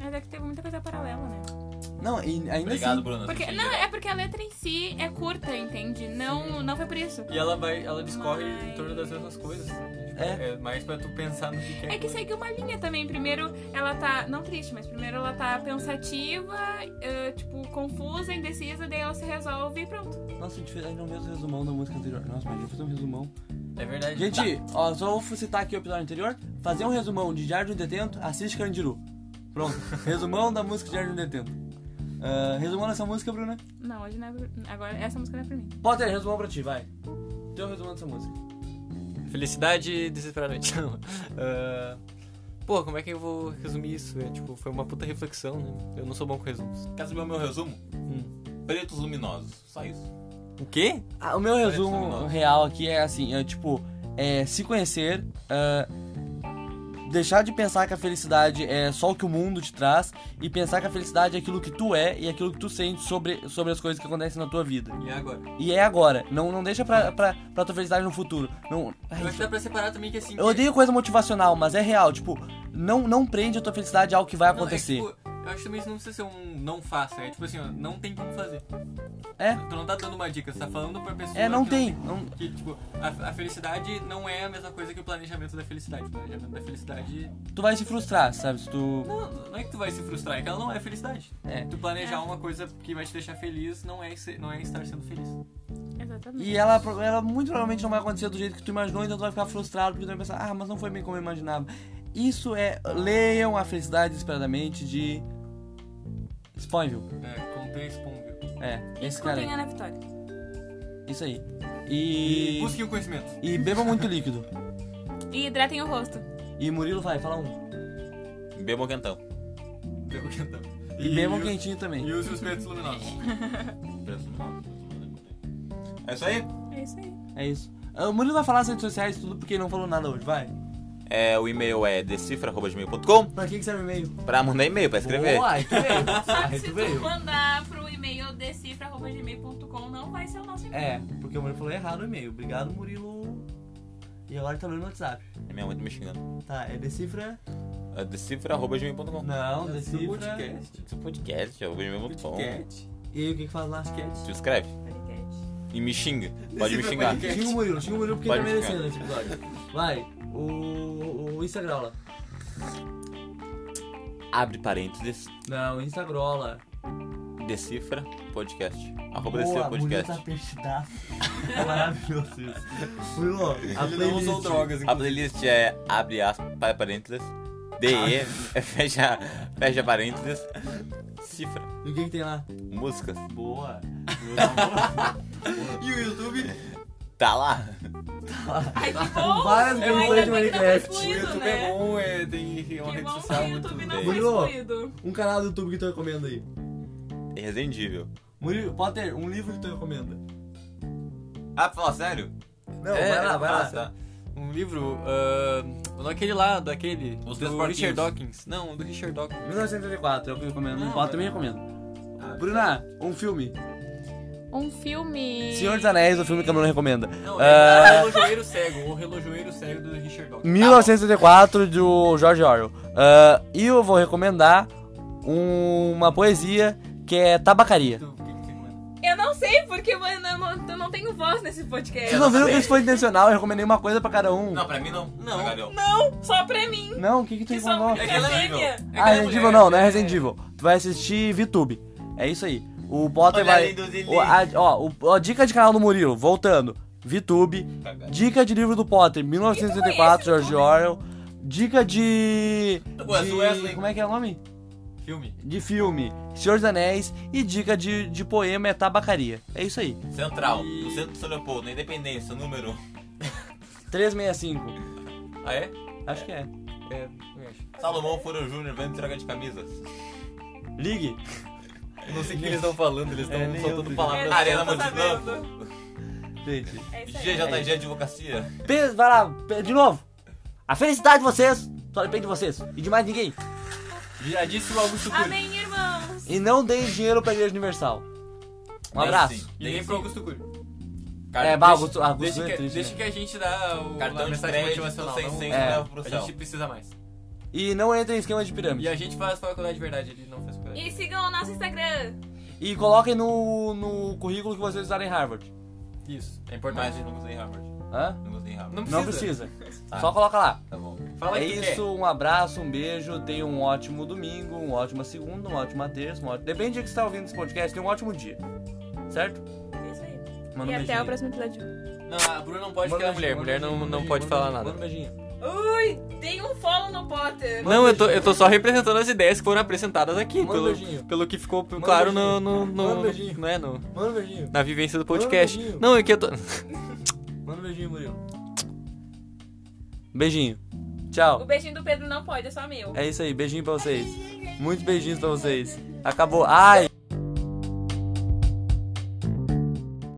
[SPEAKER 2] Mas é que teve muita coisa paralela, né?
[SPEAKER 3] Não, e ainda
[SPEAKER 1] Obrigado,
[SPEAKER 3] assim.
[SPEAKER 1] Bruno.
[SPEAKER 2] Porque, não, é porque a letra em si é curta, entende? Não, não foi por isso.
[SPEAKER 4] E ela vai, ela discorre
[SPEAKER 2] Mas-
[SPEAKER 4] em torno das mesmas coisas. Tipo,
[SPEAKER 3] É.
[SPEAKER 4] é mais pra tu pensar no que quer.
[SPEAKER 2] É que segue uma linha também. Primeiro ela tá, não triste, mas primeiro ela tá pensativa, eh, tipo, confusa, indecisa, daí ela se resolve e pronto.
[SPEAKER 3] assim, Nossa, a gente fez- a gente não fez o resumão da música anterior. Nossa, mas a gente fez um resumão.
[SPEAKER 4] É verdade.
[SPEAKER 3] Gente, ó, só vou citar aqui o episódio anterior. Fazer um resumão de Diário de um Detento, assiste Carandiru. [LAUGHS] Pronto. resumão da música Diário de um Detento. Ah, resumão dessa música, Bruna.
[SPEAKER 2] Não, hoje não é. pra- Agora, essa música não é pra mim.
[SPEAKER 3] Potter, resumão pra ti, vai. Teu resumão dessa música.
[SPEAKER 4] Felicidade desesperadamente. [LAUGHS] Não. Ah, Pô, como é que eu vou resumir isso? É, tipo, foi uma puta reflexão, né? Eu não sou bom com
[SPEAKER 2] é-
[SPEAKER 4] resumos.
[SPEAKER 1] Quer saber o meu resumo?
[SPEAKER 4] Hum.
[SPEAKER 1] Pretos luminosos. Só isso.
[SPEAKER 4] O quê?
[SPEAKER 3] Ah, o meu
[SPEAKER 1] Parece um
[SPEAKER 3] resumo
[SPEAKER 1] nó.
[SPEAKER 3] real aqui é assim, é tipo, é se conhecer, ah, deixar de pensar que a felicidade é só o que o mundo te traz e pensar que a felicidade é aquilo que tu é e aquilo que tu sente sobre, sobre as coisas que acontecem na tua vida.
[SPEAKER 4] E agora?
[SPEAKER 3] E é agora, não, não deixa pra, pra, pra tua felicidade no futuro. Não, ai,
[SPEAKER 4] Eu acho que dá pra separar também que assim.
[SPEAKER 3] eu
[SPEAKER 4] que-
[SPEAKER 3] odeio coisa motivacional, mas é real, tipo, não, não prende a tua felicidade a algo que vai
[SPEAKER 4] Não, é que,
[SPEAKER 3] acontecer.
[SPEAKER 4] tipo, eu acho também que isso não precisa ser um não faça. É tipo assim, ó, não tem como fazer.
[SPEAKER 3] É.
[SPEAKER 4] Tu não tá dando uma dica, você tá falando pra pessoa.
[SPEAKER 3] É, não
[SPEAKER 4] que
[SPEAKER 3] tem, não,
[SPEAKER 4] Que, tipo, a, a felicidade não é a mesma coisa que o planejamento da felicidade. O planejamento da felicidade.
[SPEAKER 3] tu vai se frustrar, sabe, se tu...
[SPEAKER 4] Não, não é que tu vai se frustrar, é que ela não é felicidade.
[SPEAKER 3] É.
[SPEAKER 4] Tu planejar uma coisa que vai te deixar feliz não é, ser- não é estar sendo feliz.
[SPEAKER 2] Exatamente.
[SPEAKER 3] E ela, pro- ela muito provavelmente não vai acontecer do jeito que tu imaginou, então tu vai ficar frustrado, porque tu vai pensar, ah, mas não foi bem como eu imaginava. Isso é. Leiam a felicidade desesperadamente de. Spoiler.
[SPEAKER 4] É, contém expônvel.
[SPEAKER 3] É, esse cara
[SPEAKER 2] Contém
[SPEAKER 3] aí.
[SPEAKER 2] Ana Vitória.
[SPEAKER 3] Isso aí.
[SPEAKER 4] E
[SPEAKER 3] E.
[SPEAKER 4] busquem o conhecimento.
[SPEAKER 3] E beba muito líquido.
[SPEAKER 2] E hidratem o rosto.
[SPEAKER 3] E Murilo vai, fala um.
[SPEAKER 1] Bebam quentão.
[SPEAKER 4] [LAUGHS] Bebam quentão.
[SPEAKER 3] E bebam
[SPEAKER 4] u-
[SPEAKER 3] quentinho
[SPEAKER 4] E
[SPEAKER 3] também.
[SPEAKER 4] use os pretos luminosos.
[SPEAKER 1] Pretos luminosos. É isso aí.
[SPEAKER 2] É isso aí.
[SPEAKER 3] É isso. Ah, O Murilo vai falar as redes sociais e tudo porque ele não falou nada hoje, vai.
[SPEAKER 1] É, o e-mail é decifra.gmail.com
[SPEAKER 3] Pra que, que serve o e-mail?
[SPEAKER 1] pra mandar e-mail, pra escrever.
[SPEAKER 3] Boa, aí tu veio. Ah, Aí
[SPEAKER 2] Se
[SPEAKER 3] tu
[SPEAKER 2] tu
[SPEAKER 3] veio.
[SPEAKER 2] mandar pro e-mail decifra.gmail.com, não vai ser o nosso e-mail.
[SPEAKER 3] É, porque o Murilo falou errado o e-mail. Obrigado, Murilo. E agora ele tá lendo no WhatsApp.
[SPEAKER 1] Minha mãe tá me xingando.
[SPEAKER 3] Tá, é decifra. é
[SPEAKER 1] É decifra.gmail.com.
[SPEAKER 3] Não, decifra.
[SPEAKER 4] podcast.
[SPEAKER 1] Esse podcast é o gmail.com.
[SPEAKER 4] Podcast.
[SPEAKER 3] E aí, o que que faz lá?
[SPEAKER 1] Se inscreve
[SPEAKER 2] É.
[SPEAKER 1] e me xinga. Pode me
[SPEAKER 4] Decifra
[SPEAKER 1] xingar.
[SPEAKER 4] podcast.
[SPEAKER 3] Xinga o Murilo, xinga o Murilo porque
[SPEAKER 1] Pode
[SPEAKER 3] ele tá
[SPEAKER 1] me xingar.
[SPEAKER 3] merecendo esse episódio. Vai, o, o Instagram lá.
[SPEAKER 1] abre parênteses,
[SPEAKER 3] Não, Instagrola.
[SPEAKER 1] decifra podcast. Arroba decifra
[SPEAKER 3] Boa, mulher
[SPEAKER 1] podcast.
[SPEAKER 3] tá perdidaço. É [LAUGHS] maravilhoso isso. Bruno, a
[SPEAKER 4] Ele não usou
[SPEAKER 3] playlist-
[SPEAKER 4] drogas,
[SPEAKER 1] A playlist é abre aspas, para parênteses, DE, [LAUGHS] fecha, fecha parênteses, cifra,
[SPEAKER 3] E o que que tem lá?
[SPEAKER 1] músicas.
[SPEAKER 3] Boa.
[SPEAKER 4] E o YouTube?
[SPEAKER 1] Tá lá.
[SPEAKER 3] [LAUGHS]
[SPEAKER 2] Ai, que bom!
[SPEAKER 3] Várias
[SPEAKER 2] Eu ainda
[SPEAKER 3] gameplays de
[SPEAKER 2] bem que não foi
[SPEAKER 3] Minecraft.
[SPEAKER 4] O
[SPEAKER 2] excluído,
[SPEAKER 4] YouTube
[SPEAKER 2] né?
[SPEAKER 4] é bom, é, tem uma
[SPEAKER 2] Que
[SPEAKER 4] rede
[SPEAKER 2] bom que
[SPEAKER 3] é
[SPEAKER 2] o
[SPEAKER 4] social muito
[SPEAKER 2] YouTube não foi
[SPEAKER 3] Murilo.
[SPEAKER 2] excluído.
[SPEAKER 3] [LAUGHS] Um canal do YouTube que tu recomenda aí.
[SPEAKER 1] É Resendível.
[SPEAKER 3] Murilo, Potter, um livro que tu recomenda.
[SPEAKER 1] Ah, pra falar sério?
[SPEAKER 3] Não, vai lá, É, vai
[SPEAKER 1] ah,
[SPEAKER 3] lá.
[SPEAKER 1] tá.
[SPEAKER 4] Um livro, ah, o nome aquele lá, daquele,
[SPEAKER 1] Os Três
[SPEAKER 4] do
[SPEAKER 1] Porquinhos.
[SPEAKER 4] Richard Dawkins. Não, do Richard Dawkins.
[SPEAKER 3] 1984, é o que eu recomendo.
[SPEAKER 4] Não,
[SPEAKER 3] O Potter também recomendo. Bruna, um filme.
[SPEAKER 2] Um filme.
[SPEAKER 3] Senhor dos Anéis, o filme que a Bruna recomenda.
[SPEAKER 4] Não,
[SPEAKER 3] Ah.
[SPEAKER 4] é o Relojoeiro Cego, o Relojoeiro Cego do Richard
[SPEAKER 3] Hum.
[SPEAKER 4] Dawkins.
[SPEAKER 3] 1984, do George Orwell. Ah, e eu vou recomendar um- uma poesia que é Tabacaria.
[SPEAKER 4] Tu- o que que você manda?
[SPEAKER 2] Eu não sei porque mano, eu não, eu não tenho voz nesse podcast.
[SPEAKER 3] Vocês não viram que isso foi intencional? Eu recomendei uma coisa pra cada um.
[SPEAKER 1] Não, pra mim não.
[SPEAKER 4] Não.
[SPEAKER 1] Gabriel.
[SPEAKER 2] Não, só pra mim.
[SPEAKER 3] Não, o que que tu
[SPEAKER 2] Que só
[SPEAKER 3] recomendou?
[SPEAKER 2] porque
[SPEAKER 1] É
[SPEAKER 2] é
[SPEAKER 1] aquela
[SPEAKER 2] gêmea.
[SPEAKER 3] Ah, Resident Evil
[SPEAKER 4] mulher,
[SPEAKER 3] não, não é
[SPEAKER 4] é-
[SPEAKER 3] Resident Evil. Tu vai assistir VTube. É isso aí. O Potter
[SPEAKER 1] Olha
[SPEAKER 3] vai.
[SPEAKER 1] aí, dos
[SPEAKER 3] O, a, ó, o- a dica de canal do Murilo, voltando. VTube. Dica de livro do Potter, 1984,
[SPEAKER 2] Quem conhece
[SPEAKER 3] George Orwell. Dica de.
[SPEAKER 1] Ué,
[SPEAKER 3] de-
[SPEAKER 1] Wesley.
[SPEAKER 3] como é que é o nome?
[SPEAKER 4] Filme.
[SPEAKER 3] De filme, Senhor dos Anéis. E dica de, de poema é Tabacaria. É isso aí.
[SPEAKER 1] Central,
[SPEAKER 4] E-
[SPEAKER 1] no centro de São Leopoldo, na Independência, número. um.
[SPEAKER 3] 365.
[SPEAKER 4] Ah, é?
[SPEAKER 3] Acho que é.
[SPEAKER 4] É, eu acho.
[SPEAKER 1] Salomão Foro Júnior, vendo troca de camisas.
[SPEAKER 3] Ligue.
[SPEAKER 4] Eu Não sei o que eles estão falando, eles estão
[SPEAKER 3] É, nem eu
[SPEAKER 4] soltando
[SPEAKER 3] tô
[SPEAKER 4] palavras.
[SPEAKER 1] entendendo. Arena Montenegro.
[SPEAKER 2] sabendo.
[SPEAKER 3] Gente.
[SPEAKER 2] É isso aí.
[SPEAKER 1] GJG Advocacia.
[SPEAKER 3] Pe- Vai lá, pe- de novo. A felicidade de vocês só depende de vocês e de mais ninguém.
[SPEAKER 4] Já disse o Augusto Cury.
[SPEAKER 2] Amém, irmãos.
[SPEAKER 3] E não deem dinheiro pra Igreja Universal. Um abraço.
[SPEAKER 1] Sim,
[SPEAKER 4] E nem
[SPEAKER 1] tem
[SPEAKER 4] pro
[SPEAKER 1] sim.
[SPEAKER 4] Augusto Cury.
[SPEAKER 1] Cara,
[SPEAKER 3] É, bah, Augusto, Augusto
[SPEAKER 4] Deixa
[SPEAKER 3] é
[SPEAKER 4] que,
[SPEAKER 3] triste,
[SPEAKER 4] deixa
[SPEAKER 3] né?
[SPEAKER 4] que a gente dá o
[SPEAKER 1] Cartão
[SPEAKER 4] a
[SPEAKER 1] de
[SPEAKER 4] mensagem
[SPEAKER 1] crédito, um
[SPEAKER 4] motivacional. um
[SPEAKER 1] sem
[SPEAKER 4] não-
[SPEAKER 1] cem,
[SPEAKER 3] É,
[SPEAKER 1] leva pro
[SPEAKER 4] a
[SPEAKER 1] céu.
[SPEAKER 4] gente precisa mais.
[SPEAKER 3] E não entra em esquema de pirâmide.
[SPEAKER 4] E a gente faz faculdade de verdade, ele não faz faculdade.
[SPEAKER 2] E sigam o nosso Instagram.
[SPEAKER 3] E coloquem no, no currículo que vocês usaram em Harvard.
[SPEAKER 4] Isso, é
[SPEAKER 1] Mas
[SPEAKER 4] importante.
[SPEAKER 1] eu não usei Harvard.
[SPEAKER 3] Hã?
[SPEAKER 1] Não usei Harvard.
[SPEAKER 4] Não precisa.
[SPEAKER 3] Não precisa.
[SPEAKER 1] Tá.
[SPEAKER 3] Só coloca lá.
[SPEAKER 1] Tá bom.
[SPEAKER 4] Fala
[SPEAKER 3] é
[SPEAKER 4] aí que tu
[SPEAKER 3] isso, um abraço, um beijo, tenha um ótimo domingo, uma ótima segunda, uma ótima terça, uma ótima... Depende do dia que você está ouvindo esse podcast, tenha um ótimo dia. Certo?
[SPEAKER 2] É isso aí.
[SPEAKER 3] Manda um
[SPEAKER 2] e até
[SPEAKER 3] beijinho.
[SPEAKER 2] o próximo episódio.
[SPEAKER 4] quer. Não, a Bruna não pode
[SPEAKER 3] Manda
[SPEAKER 4] porque ela é mulher.
[SPEAKER 3] um beijinho,
[SPEAKER 4] Mulher
[SPEAKER 3] manda um
[SPEAKER 4] não,
[SPEAKER 3] beijinho,
[SPEAKER 4] não
[SPEAKER 3] manda
[SPEAKER 4] pode
[SPEAKER 3] um
[SPEAKER 4] falar
[SPEAKER 3] beijinho,
[SPEAKER 4] nada.
[SPEAKER 3] Manda um beijinho.
[SPEAKER 2] Ui, dei um follow no Potter.
[SPEAKER 4] Não, eu tô, eu tô só representando as ideias que foram apresentadas aqui,
[SPEAKER 3] Manda um
[SPEAKER 4] pelo,
[SPEAKER 3] beijinho.
[SPEAKER 4] pelo que ficou
[SPEAKER 3] um
[SPEAKER 4] claro no,
[SPEAKER 3] beijinho.
[SPEAKER 4] no,
[SPEAKER 3] Manda um
[SPEAKER 4] no,
[SPEAKER 3] beijinho.
[SPEAKER 4] né, no-
[SPEAKER 3] Manda um beijinho.
[SPEAKER 4] na vivência do
[SPEAKER 3] um
[SPEAKER 4] podcast.
[SPEAKER 3] beijinho.
[SPEAKER 4] Não, é que eu tô...
[SPEAKER 3] Manda um beijinho, Murilo. Beijinho. Tchau.
[SPEAKER 2] O beijinho do Pedro não pode, é só meu.
[SPEAKER 3] É isso aí, beijinho pra vocês. Muitos beijinhos pra vocês. Acabou. Ai!